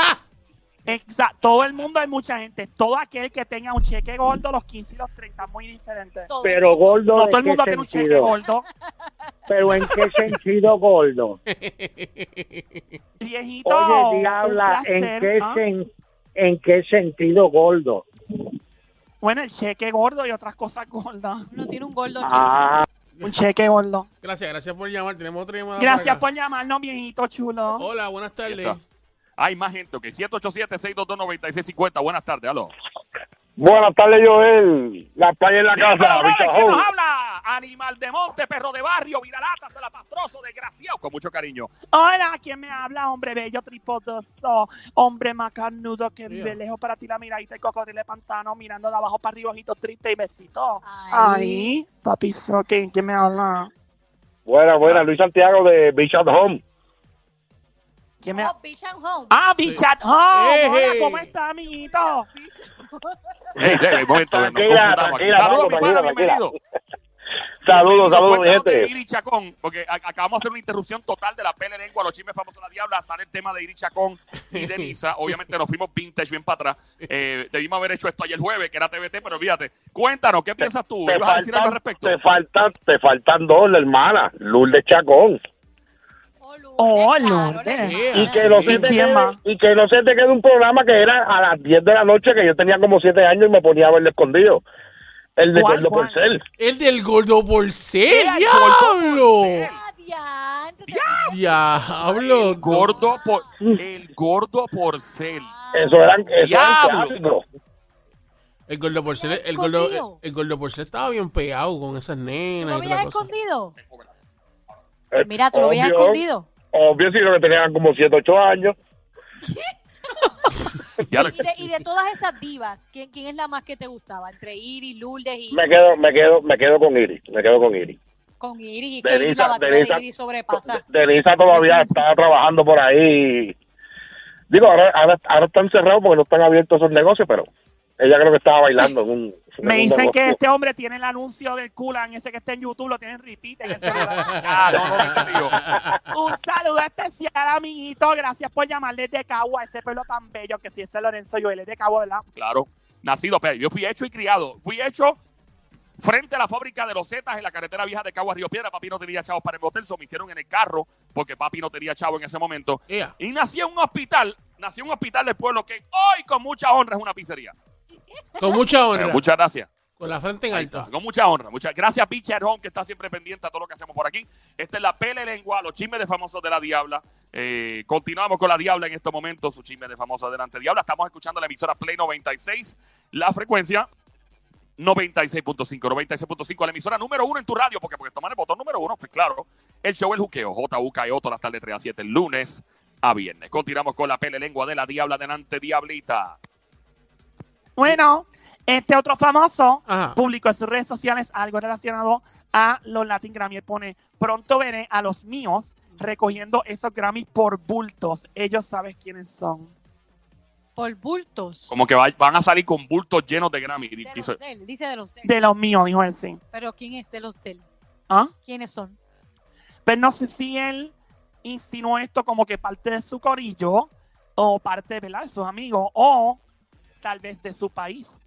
D: Exacto, todo el mundo hay mucha gente, todo aquel que tenga un cheque gordo, los 15 y los 30, muy diferente.
C: Todo.
E: pero gordo.
D: No
E: ¿de
D: todo el
E: qué
D: mundo tiene un cheque
E: sentido?
D: gordo,
E: Pero en qué sentido gordo?
D: viejito.
E: Oye,
D: un
E: diabla, ¿en
D: placer,
E: qué,
D: ¿ah?
E: sen- ¿en qué sentido gordo?
D: Bueno, el cheque gordo y otras cosas gordas.
C: No tiene un gordo
E: Ah,
D: Un cheque gordo.
B: Gracias, gracias por llamar. Tenemos otra llamada.
D: Gracias
B: por.
D: por llamarnos, viejito
B: acá.
D: chulo.
B: Hola, buenas
A: ahí
B: tardes.
A: está. Hay más gente, ok. 787-622-9650. Buenas tardes, aló.
G: Buenas tardes, Joel. La playa en la
A: Dímelo,
G: casa.
A: brother,
G: Richard
A: ¿quién nos
G: Hall.
A: habla? Animal de monte, perro de barrio, viralata, salapastroso, desgraciado. Con mucho cariño.
D: Hola, ¿quién me habla? Hombre bello, tripodoso, hombre macarnudo, que
B: Mira.
D: de lejos para ti la miradita y cocodrilo de pantano, mirando de abajo para arriba, ojitos triste y besito.
C: Ay.
D: Ay, papi, so, ¿quién, quién me habla?
G: Buena, buena. Luis Santiago de Richard Home.
D: ¿Quién me
C: Oh, Beach and Home.
D: Ah, Bichat Home. Hola,
B: Ey.
D: ¿cómo está,
B: Ah.
D: amiguito?
C: Beach and
A: Ey, ey, un momento, no
G: Tranquila,
A: confundamos aquí.
G: tranquila,
A: Saludos,
G: Paco,
A: mi pana,
G: tranquila,
A: bienvenido.
G: Saludos, saludos,
A: Bienvenido,
G: mi
A: cuéntanos de
G: gente.
A: Iri Chacón, porque a- acabamos de hacer una interrupción total de la pele lengua, los chismes famosos de la diabla, sale el tema de Iri Chacón y de Nisa. Obviamente nos fuimos vintage bien para atrás. Eh, debimos haber hecho esto ayer jueves, que era TVT, pero olvídate. Cuéntanos, ¿qué piensas tú?
G: Te
A: ¿Ibas a decir algo
G: faltan,
A: al respecto?
G: te faltan, te faltan dos, la hermana, Lourdes Chacón.
C: Oh, Lourdes.
D: Oh,
C: claro,
D: Lourdes.
C: la
B: Yeah.
G: Y
C: hermana.
G: que, no
D: Ah, ¿Y
G: se te
D: quién
G: quede,
D: más?
G: y que no se te quede un programa que era a las 10 de la noche, que yo tenía como 7 años y me ponía a verlo escondido. El de
D: ¿Cuál,
G: Gordo
D: cuál?
G: Porcel.
B: El del gordo porcel,
A: Era el gordo
B: diablo.
A: porcel.
C: Ah, diantre, te-
B: Diablo.
A: Gordo por,
G: Mm.
A: el gordo porcel.
C: Ah,
G: Eso eran, eso
A: Diablo.
G: eran clásicos.
B: El gordo porcel, el
C: Escondido.
B: gordo, el gordo porcel estaba bien pegado con esas
C: ¿Tú lo
B: nenas. y toda la
C: veías
B: cosa.
C: escondido?
G: Eh,
C: Mira, ¿tú lo veías
G: obvio,
C: escondido?
G: Obvio, si lo que tenían como 7, 8 años.
A: Ya lo-
C: Y de, y de todas esas divas, ¿quién, ¿quién es la más que te gustaba? Entre Iris, Lourdes y...
G: Me quedo, me quedo, me quedo con Iri. Me quedo con Iri.
C: Con Iris, y que Iris, la
G: Denisa,
C: batalla de
G: Denisa,
C: Iris sobrepasa.
G: Denisa todavía
C: Gracias.
G: está trabajando por ahí. Digo, ahora, ahora, ahora están cerrados porque no están abiertos esos negocios, pero Ella creo que estaba bailando. en un-
D: Me
G: en un
D: dicen que
G: negocio.
D: este hombre tiene el anuncio del Kulan, ese que está en YouTube, lo tienen repeat en el celular.
A: Ah, no, no, no, no, no.
D: Un saludo especial, amiguito. Gracias por llamarle de Cagua, ese pelo tan bello que si ese Lorenzo Joel es de Cagua, ¿verdad?
A: Claro. Nacido, pero yo fui hecho y criado. Fui hecho frente a la fábrica de los Zetas en la carretera vieja de Caguas Río Piedra. Papi no tenía chavos para el hotel, so me hicieron en el carro porque papi no tenía chavo en ese momento.
B: Ea.
A: Y nací en un hospital, nací en un hospital del pueblo que hoy con mucha honra es una pizzería.
B: Con mucha
A: Pero
B: honra.
A: muchas gracias.
B: Con la frente en
A: Ahí
B: alto.
A: está, Con mucha honra. Muchas gracias, Picha at Home, que está siempre pendiente a todo lo que hacemos por aquí. Esta es la pele lengua, los chismes de famosos de la Diabla. Eh, continuamos con la Diabla en estos momentos, su chisme de famosos delante Diabla. Estamos escuchando la emisora Play 96, la frecuencia 96.5. 96.5, la emisora número uno en tu radio, porque porque tomar el botón número uno, pues claro. El show El Juqueo, JUKEO, E, todas las tardes 3 a 7, lunes a viernes. Continuamos con la pele lengua de la Diabla delante Diablita.
D: Bueno, este otro famoso
B: Ajá.
D: publicó en sus redes sociales algo relacionado a los Latin Grammy. Él pone, pronto veré a los míos recogiendo esos Grammys por bultos. Ellos saben quiénes son.
C: Por bultos.
A: Como que va- van a salir con bultos llenos de Grammy.
C: De
A: Dice-
C: los del, dice de los del.
D: De los míos, dijo él, sí.
C: Pero ¿quién es de los del?
D: ¿Ah?
C: ¿Quiénes son?
D: Pero Pues no sé si él insinuó esto como que parte de su corillo o parte ¿verdad? de sus amigos o tal vez de su país.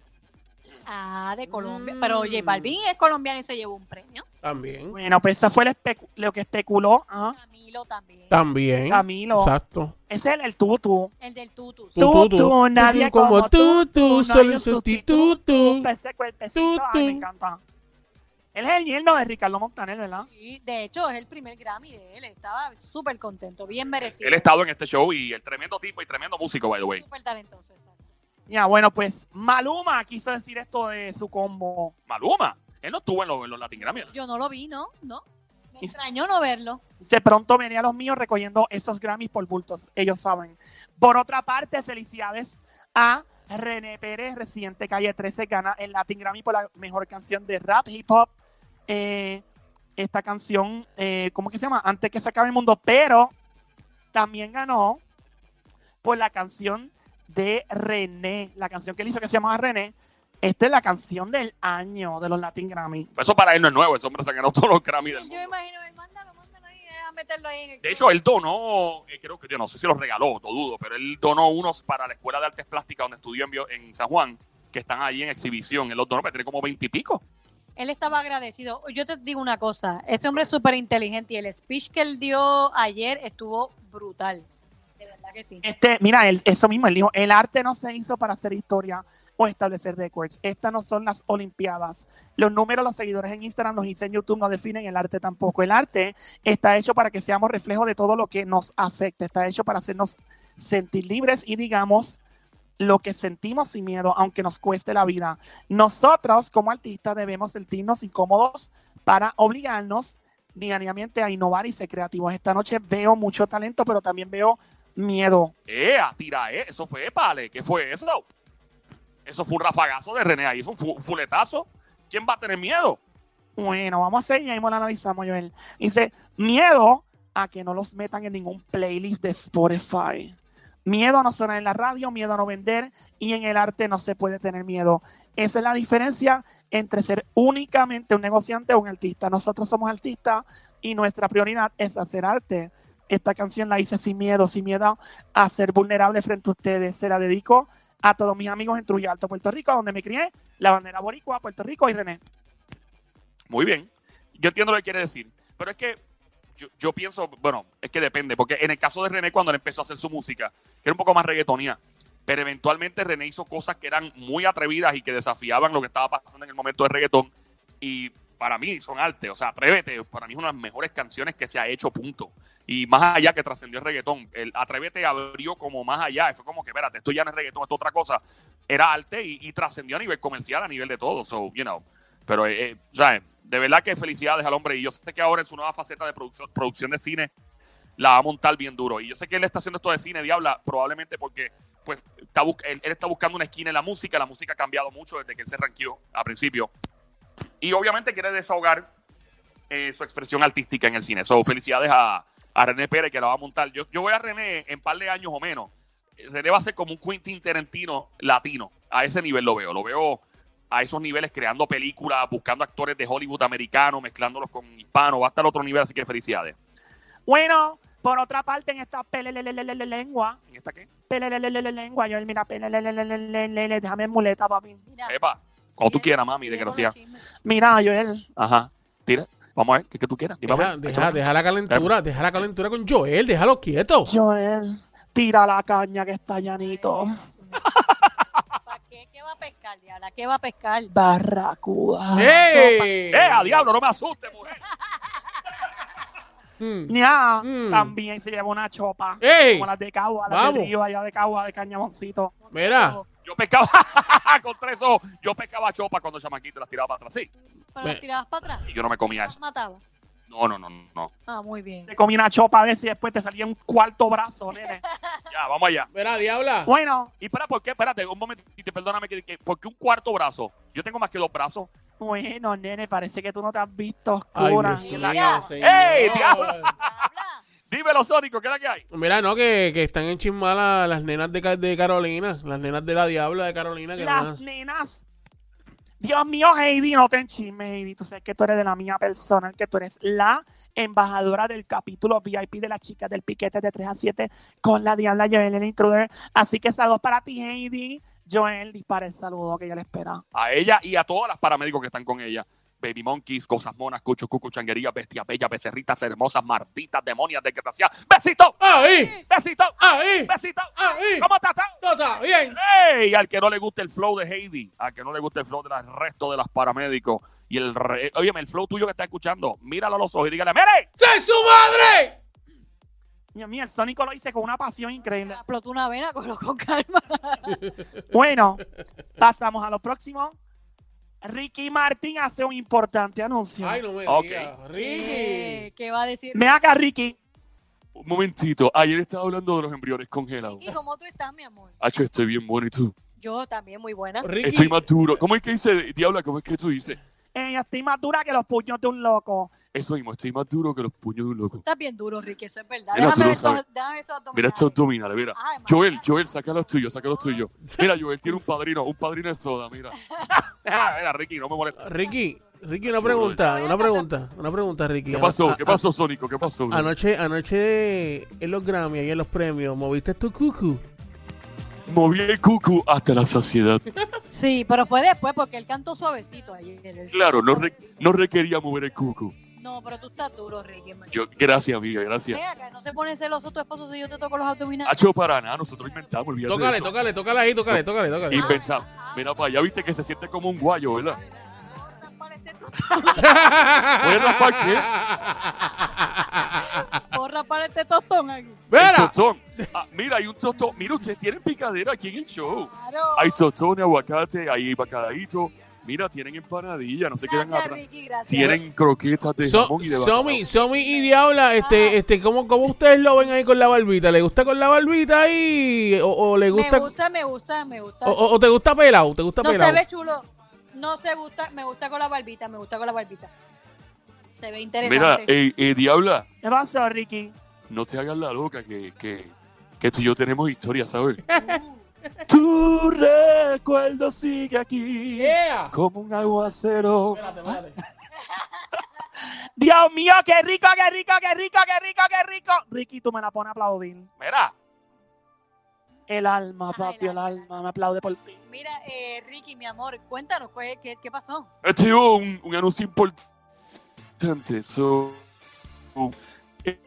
C: Ah, de Colombia.
B: Mm.
C: Pero oye, Balvin es colombiano y se llevó un premio.
B: También.
D: Bueno, pues eso fue el especu- lo que especuló ¿ah?
C: Camilo también.
B: También.
D: Camilo.
B: Exacto.
D: Ese es el, el tutu.
C: El del Tutu.
D: Tú, tú, nadie como
B: tú,
D: tú, no
B: tú,
D: hay
B: solo
D: un
B: un sustituto.
D: Ese cuerpecito,
B: Tú,
D: ay,
B: tú.
D: me encanta. Él es el yerno de Ricardo Montaner, ¿verdad?
C: Sí, de hecho, es el primer Grammy de él. Estaba súper contento, bien merecido.
A: Él ha estado en este show y el tremendo tipo y tremendo músico, by the way.
C: Súper talentoso, exacto.
D: Ya, bueno, pues Maluma quiso decir esto de su combo.
A: Maluma. Él no estuvo en los, en los Latin Grammy.
C: Yo no lo vi, ¿no? No. Me
D: Y-
C: extrañó no verlo.
D: De pronto venía a los míos recogiendo esos Grammys por bultos, ellos saben. Por otra parte, felicidades a René Pérez, reciente Calle 13, gana el Latin Grammy por la mejor canción de rap, hip hop. Eh, esta canción, eh, ¿cómo que se llama? Antes que se acabe el mundo, pero también ganó por la canción de René, la canción que él hizo que se llamaba René. Esta es la canción del año de los Latin Grammy.
A: Eso para él no es nuevo. Ese hombre se ganó todos los
C: Sí,
A: Grammy del
C: yo
A: mundo.
C: imagino, él mándalo, mándalo ahí, eh, a meterlo ahí en el.
A: De hecho, él donó, eh, creo que yo no sé si los regaló, no dudo, pero él donó unos para la Escuela de Artes Plásticas donde estudió en, bio- en San Juan, que están ahí en exhibición. Él los donó, pero tiene como veintipico.
C: Él estaba agradecido. Yo te digo una cosa, ese hombre es súper inteligente y el speech que él dio ayer estuvo brutal. De verdad que
A: Eh,
C: sí.
D: Este, mira, él- eso mismo, él dijo, el arte no se hizo para hacer historia o establecer récords. Estas no son las Olimpiadas. Los números, los seguidores en Instagram, los hits en YouTube no definen el arte tampoco. El arte está hecho para que seamos reflejo de todo lo que nos afecta. Está hecho para hacernos sentir libres y digamos lo que sentimos sin miedo, aunque nos cueste la vida. Nosotros como artistas debemos sentirnos incómodos para obligarnos diariamente a innovar y ser creativos. Esta noche veo mucho talento, pero también veo miedo.
A: ¡Ea! Tira, eh. Eso fue, pale. ¿Qué fue eso? Eso fue un rafagazo de René ahí. Eso fue un fu- fuletazo. ¿Quién va a tener miedo?
D: Bueno, vamos a hacer y ahí mismo la analizamos, Joel. Dice, miedo a que no los metan en ningún playlist de Spotify. Miedo a no sonar en la radio, miedo a no vender y en el arte no se puede tener miedo. Esa es la diferencia entre ser únicamente un negociante o un artista. Nosotros somos artistas y nuestra prioridad es hacer arte. Esta canción la hice sin miedo, sin miedo a ser vulnerable frente a ustedes. Se la dedico a todos mis amigos en Trujillo Alto, Puerto Rico, donde me crié, la bandera boricua, Puerto Rico y René.
A: Muy bien. Yo entiendo lo que quiere decir. Pero es que yo, yo pienso, bueno, es que depende. Porque en el caso de René, cuando él empezó a hacer su música, que era un poco más reggaetonía, pero eventualmente René hizo cosas que eran muy atrevidas y que desafiaban lo que estaba pasando en el momento de reggaetón. Y para mí son arte. O sea, Atrévete, para mí es una de las mejores canciones que se ha hecho, punto. Y más allá que trascendió el reggaetón, el Atrévete abrió como más allá. Fue como que, espérate, esto ya no es reggaetón, esto es otra cosa. Era arte y, y trascendió a nivel comercial, a nivel de todo. So, you know. Pero, eh, eh, ¿sabes? De verdad que felicidades al hombre. Y yo sé que ahora en su nueva faceta de producción, producción de cine la va a montar bien duro. Y yo sé que él está haciendo esto de cine, Diabla, probablemente porque pues está bus- él, él está buscando una esquina en la música. La música ha cambiado mucho desde que él se ranqueó a principio. Y obviamente quiere desahogar eh, su expresión artística en el cine. So, felicidades a, a René Pérez que la va a montar. Yo, yo voy a René en par de años o menos. eh, René va a ser como un Quentin Tarantino latino. A ese nivel lo veo. Lo veo a esos niveles creando películas, buscando actores de Hollywood americano, mezclándolos con hispanos. Va a estar a otro nivel, así que felicidades.
D: Bueno, por otra parte, en esta pelelelelelele lengua,
A: ¿En esta qué?
D: pelelelelele lengua, yo mira, pelelelelelele, déjame en muleta, papi.
C: Mira,
A: Epa, eh, como tú
C: sigue-
A: quieras, mami,
C: sigue con los
A: desgraciada.
C: chismes.
D: Mira, Joel.
A: Ajá. Tira. Vamos a ver, ¿qué que tú quieras? Dime a ver,
B: Deja, deja,
A: échame.
B: deja la calentura, deja la calentura con Joel, déjalo quieto.
D: Joel, tira la caña que está llanito.
C: ¿Para qué? ¿Qué va a pescar, Diabla? ¿Qué va a pescar?
D: Barracuda.
B: ¡Ey!
A: ¡Eh, a diablo! ¡No me asustes, mujer!
B: Mm.
D: Ya,
B: Mm.
D: también se lleva una chopa.
B: Ey.
D: Como las de Cagua, las
B: Vamos.
D: de Río, allá de Cagua, de Cañamoncito.
B: Mira,
A: Yo pescaba con tres ojos. Yo pescaba chopa cuando el chamaquito las tiraba para atrás. Sí,
C: ¿Pero las tirabas para atrás?
A: y yo no me comía
C: ¿Las
A: eso.
C: matabas?
A: No, no, no, no.
C: Ah, muy bien.
D: Te comí una chopa de ese y después te salía un cuarto brazo, nene.
A: Ya, vamos allá.
B: mira, diabla.
D: Bueno,
A: Y espera, ¿por qué? Espérate, un momentito, perdóname. Que, que- ¿Por qué un cuarto brazo? Yo tengo más que dos brazos.
D: bueno, nene, parece que tú no te has visto
B: Ay,
D: oscura.
B: Dios
C: Mira.
B: mío, señor.
A: ¡Ey,
C: diablo! Diabla,
A: Dímelo, Sónico, ¿qué es la que hay?
B: Mira, no, que, que están en chismala las nenas de, Ca- de Carolina, las nenas de la diabla de Carolina. Que
D: Las
B: no-
D: nenas. Dios mío, Heidi, no te enchimes, Heidi. Tú sabes que tú eres de la mía personal, que tú eres la embajadora del capítulo VIP de las chicas del piquete de 3 a 7 con la diabla Joel el intruder. Así que saludos para ti, Heidi. Joel, dispara el saludo que ya le espera.
A: A ella y a todas las paramédicos que están con ella. Baby monkeys, cosas monas, cucho, cucu, changuerías, bestias bellas, becerritas hermosas, marditas, demonias, desgraciadas. ¡Besito!
B: ¡Ahí!
A: ¡Besito!
B: ¡Ahí!
A: ¡Besito!
B: ¡Ahí!
A: ¿Cómo estás? estás?
B: ¡Todo está bien!
A: ¡Ey! Al que no le gusta el flow de Heidi, al que no le gusta el flow del resto de las paramédicos y el re... Óyeme, el flow tuyo que está escuchando, míralo a los ojos y dígale, ¡Mire!
B: ¡Sé su madre!
D: Dios mío, el Sónico lo hice con una pasión increíble.
C: explotó una vena, cógelo con calma.
D: Bueno, pasamos a lo próximo. Ricky Martin hace un importante anuncio.
B: Ay, no me
A: Ok.
B: digas.
C: Eh,
B: Ricky.
C: ¿Qué va a decir?
D: Me haga Ricky.
A: Un momentito, ayer estaba hablando de los embriones congelados.
C: ¿Y cómo tú estás, mi amor?
A: Hacho, estoy bien bueno, ¿y tú?
C: Yo también, muy buena.
B: Ricky.
A: Estoy más duro. ¿Cómo es que dice, Diabla, cómo es que tú dices?
D: Eh, estoy más dura que los puños de un loco.
A: Eso mismo, estoy más duro que los puños de un loco.
C: Estás bien duro, Ricky, eso es verdad.
A: Mira, tú
C: déjame
A: lo
C: ver esos-
A: sabes.
C: déjame ver esos abdominales. Ah,
A: Mira estos abdominales, mira.
C: Ay, madre.
A: Joel, Joel, saca los tuyos, saca los tuyos. Mira, Joel tiene un padrino, un padrino de soda, mira. Ah, mira, Ricky, no me molesta.
B: Ricky, Ricky, una pregunta, una pregunta, una pregunta, Ricky.
A: ¿Qué pasó?
B: A-
A: ¿Qué
B: a-
A: pasó, Sónico? ¿Qué pasó? bro?
B: Anoche, anoche en los Grammy y en los premios, ¿moviste tu cucu?
A: Moví el cucu hasta la saciedad.
C: Sí, pero fue después porque él cantó suavecito ayer. él
A: Claro, no,
C: cantó
A: re-
C: suavecito.
A: no requería mover el cucu.
C: No, pero tú estás duro, Ricky. en verdad.
A: Yo, gracias, amiga, gracias.
C: Ven acá, no se pone celoso tu esposo si yo te toco los abdominales.
A: Hacho para nada, nosotros inventamos, olvídate de
B: Tócale,
A: eso.
B: tócale, tócale ahí, tócale, tócale, tócale.
A: Inventamos. Mira para allá, viste que se siente como un guayo, ¿verdad?
C: No, raspar este tu-
A: Voy a raspar, ¿qué?
C: no, raspar este tostón aquí.
A: El
B: ¡Vera!
A: tostón. Ah, mira, hay un tostón. Mira, ustedes tienen picadera aquí en el show.
C: Claro.
A: Hay tostón, aguacate, hay bacalaíto. Mira, tienen empanadilla, no se quedan
C: Gracias,
A: atrás.
C: Ricky, gracias.
A: Tienen croquetas de
B: So-
A: jamón y de bacalao.
B: Somi, Somi y Diabla,
C: Ah.
B: este, este, ¿cómo, ¿cómo ustedes lo ven ahí con la barbita? ¿Le gusta con la barbita ahí? ¿O, o le gusta,
C: Me gusta, me gusta, me gusta.
B: O, o- o te gusta pelado? ¿Te gusta
C: no
B: pelado?
C: se ve chulo. No se gusta, me gusta con la barbita, me gusta con la barbita. Se ve
A: Mira,
C: interesante.
A: eh, eh, Diabla,
D: ¿Qué pasó, Ricky?
A: no te hagas la loca que, que, que tú y yo tenemos historia, ¿sabes? tu recuerdo sigue aquí
B: Yeah.
A: como un aguacero.
D: Dios mío, qué rico, qué rico, qué rico, qué rico, qué rico. Ricky, tú me la pones a aplaudir.
A: Mira,
D: El alma,
C: Ah,
D: papi,
C: el
D: el
C: alma, el
D: alma. Me aplaude por ti.
C: Mira, eh, Ricky, mi amor, cuéntanos ¿qué, qué, qué pasó.
A: este es un, un anuncio importante. So, eh,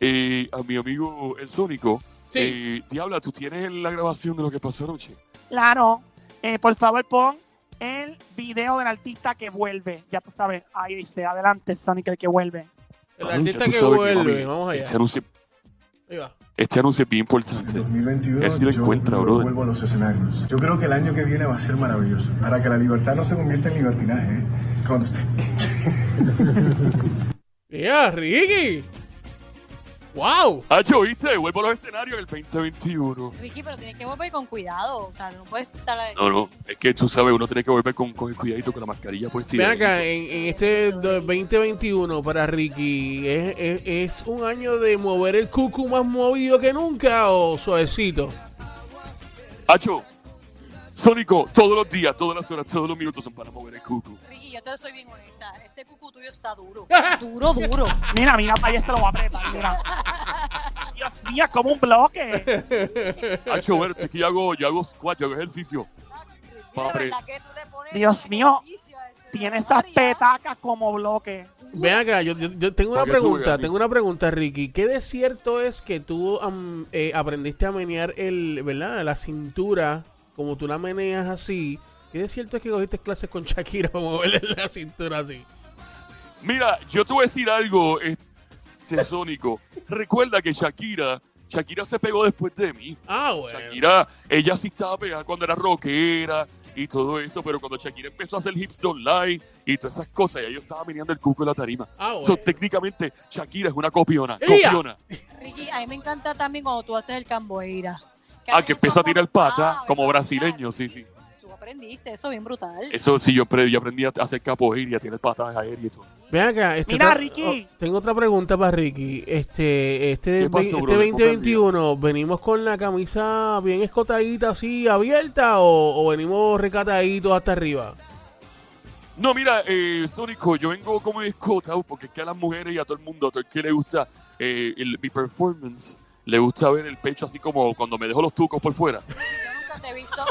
A: eh, a mi amigo el Sónico,
B: Sí.
A: eh, Diabla, tú tienes la grabación de lo que pasó anoche.
D: Claro. Eh, por favor, pon el video del artista que vuelve. Ya tú sabes. Ahí dice, adelante, Sonic, el que vuelve.
B: El
A: Mami,
B: artista
A: ya tú
B: que
A: sabes
B: vuelve,
A: mami,
B: vamos allá.
A: Este anuncio,
B: Ahí va.
A: este anuncio es bien importante.
H: 2022
A: Así lo
H: yo
A: encuentra, brother.
H: vuelvo a los escenarios. Yo creo que el año que viene va a ser maravilloso. Para que la libertad no se convierta en libertinaje, ¿eh? conste.
B: Yeah, Ricky. Wow.
A: Ah, yo, ¿viste? Vuelvo a los escenarios en el 2021.
C: Ricky, pero tienes que volver con cuidado. O sea, no puedes estar. ahí.
A: No, no, es que tú sabes, uno tiene que volver con, con el cuidadito con la mascarilla puesta. y-
B: Ven acá, en, en este do- 2021 para Ricky, ¿es, es, es un año de mover el cucu más movido que nunca o suavecito?
A: Acho, Sónico, todos los días, todas las horas, todos los minutos son para mover el cucu.
C: Ricky, yo te soy bien honesta. Ese cucu tuyo está duro. Duro, duro.
D: Mira, mira, para allá se lo va a apretar. Mira. Dios mío, es como un bloque.
A: Acho, verte que yo hago, yo hago squat, yo hago ejercicio. Papi.
D: Dios mío, Tiene
C: tienes
D: esas petacas como bloque.
B: Ven acá, yo, yo- yo tengo
A: Pa'
B: una
A: que sube,
B: pregunta,
A: Gaby.
B: tengo una pregunta, Ricky. ¿Qué de cierto es que tú am, eh, aprendiste a menear el, ¿verdad? La cintura, como tú la meneas así. ¿Qué de cierto es que cogiste clases con Shakira para moverle la cintura así?
A: Mira, yo te voy a decir algo, este Sónico. Recuerda que Shakira, Shakira se pegó después de mí.
B: Ah, bueno.
A: Shakira, ella sí estaba pegada cuando era rockera y todo eso, pero cuando Shakira empezó a hacer hips online y todas esas cosas, ya yo estaba mirando el cuco en la tarima.
B: Ah, bueno.
A: So, técnicamente, Shakira es una copiona.
B: ¡Ea!
A: copiona.
C: Ricky, a mí me encanta también cuando tú haces el camboira.
A: Ah,
C: haces
A: que
C: esos
A: empieza a tirar
C: monos-
A: pata,
C: Ah,
A: como
C: ¿verdad?
A: brasileño, sí, sí.
C: Tú aprendiste eso bien brutal.
A: Eso sí, yo, apre- yo aprendí a hacer capoeira, tiene patadas aéreas y todo.
B: Ven acá, este,
D: Mira,
B: otra-
D: Ricky.
B: oh, tengo otra pregunta para Ricky. Este, este,
A: ¿Qué pasó,
B: ve- este
A: bro? Disculpa el
B: 2021, ¿venimos con la camisa bien escotadita así, abierta, o, o venimos recataditos hasta arriba?
A: No, mira, eh, Sónico, yo vengo como escotado porque es que a las mujeres y a todo el mundo, a todo el que le gusta eh, el- mi performance, le gusta ver el pecho así como cuando me dejo los tucos por fuera.
C: Ricky, yo nunca te he visto.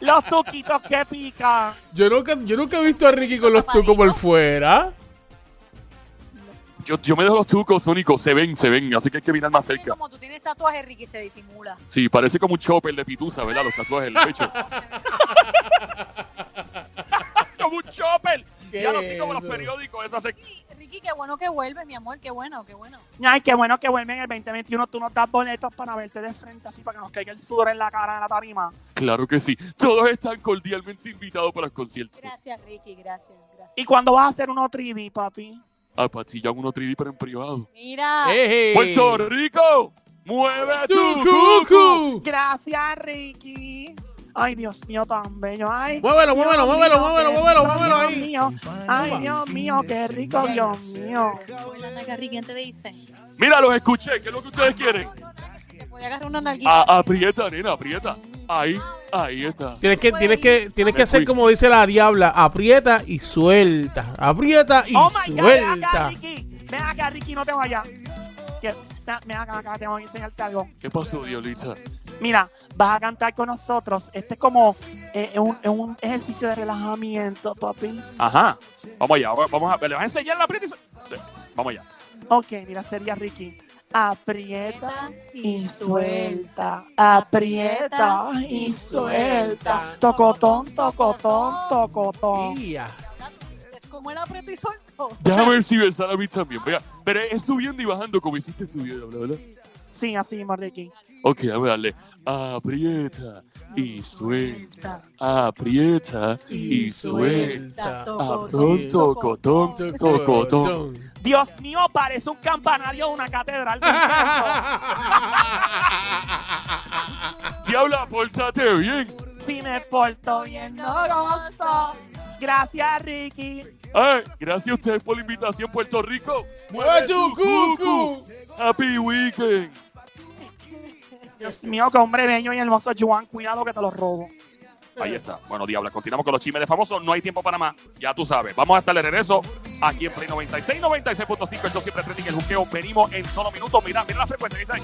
D: Los tuquitos que pican.
B: Yo nunca, yo nunca he visto a Ricky con los
C: Tapadito.
B: tucos por fuera.
A: Yo, yo me dejo los tucos, Sónico, se ven, se ven, así que hay que mirar más
C: Es que
A: cerca.
C: Como tú tienes tatuaje, Ricky se disimula.
A: Sí, parece como un chopper de pitusa, ¿verdad? Los tatuajes en el pecho. como un chopper.
B: ¿Qué
A: Ya no
B: es
A: sé como los
B: eso?
A: periódicos, eso hace...
C: Ricky, Ricky, qué bueno que vuelves, mi amor, qué bueno, qué bueno.
D: Ay, qué bueno que vuelven el 2021. Tú nos das boletos para verte de frente, así para que nos caiga el sudor en la cara de la tarima.
A: Claro que sí. Todos están cordialmente invitados para el concierto.
C: Gracias, Ricky, gracias, gracias.
D: ¿Y cuando vas a hacer uno 3D, papi?
A: Ah, Pachi, yo hago uno 3D, pero en privado.
C: Mira,
D: "Ah,
B: Ey.
A: Puerto Rico, mueve tu
B: Tu
A: cucu.
B: cucu.
D: Gracias, Ricky. Ay, Dios mío, tan bello. Ay,
B: Muévelo,
D: Dios
B: muévelo,
D: mío,
B: muévelo,
D: qué
B: muévelo,
D: rico,
B: muévelo, muévelo
D: Dios
B: ahí.
D: mío. Ay, Dios mío, qué rico, Dios mío.
C: la naga, Ricky, ¿qué te dicen?
A: Mira, los escuché. ¿Qué es lo que ustedes quieren?
C: No, no, nada, que si te podía agarrar una nalguita.
A: A- aprieta, nena, aprieta. Ahí, ahí está.
B: Tienes que, tienes que, tienes que
A: Me
B: hacer
A: fui.
B: como dice la diabla, aprieta y suelta, aprieta y
D: Oh my God, ven acá,
B: suelta.
D: Ricky. Ven acá, Ricky, no te vayas. Que- na- Ven acá, acá, tengo que enseñarte algo.
A: ¿Qué pasó, Diolita?
D: Mira, vas a cantar con nosotros. Este es como eh, un, un ejercicio de relajamiento, papi.
A: Ajá. Vamos allá. va- Vamos a, ¿Le vas a enseñar la aprieta? y su- Sí, Vamos allá.
D: Ok, mira, sería Ricky. Aprieta y
C: y
D: suelta, aprieta y suelta. Tocotón, tocotón, tocotón.
B: Ya.
C: Es como el aprieto y suelto.
A: Déjame ver si Versal a mí también. Vea, pero es subiendo y bajando como hiciste tu vida, bla, bla.
D: Sí, así mismo, Ricky.
A: Ok, vamos a darle. Aprieta y suelta. Aprieta y suelta. Ah, Atón, tocotón, tocotón.
D: Dios mío, parece un campanario de una catedral.
A: Diabla, pórtate bien.
D: si me porto bien, no gozo. Gracias, Ricky.
A: Ay, gracias a ustedes por la invitación, Puerto Rico.
B: ¡Mueve tu cucu!
A: Happy weekend.
D: Dios mío, qué hombre bello y hermoso, Juan. Cuidado que te lo robo.
A: Ahí está. Bueno, Diabla, continuamos con los chismes de famosos. No hay tiempo para más. Ya tú sabes. Vamos hasta el regreso aquí en Play 96, 96.5. Esto siempre trending el juqueo. Venimos en solo minutos. Mira, mira la frecuencia. dice ahí.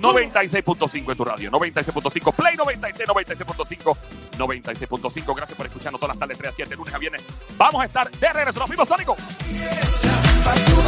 A: 96.5 en tu radio, 96.5, Play 96, 96.5, 96.5. Gracias por escucharnos todas las tardes, 3 a 7, lunes a viernes. Vamos a estar de regreso. Nos vimos, Sónico.
F: Pa' tu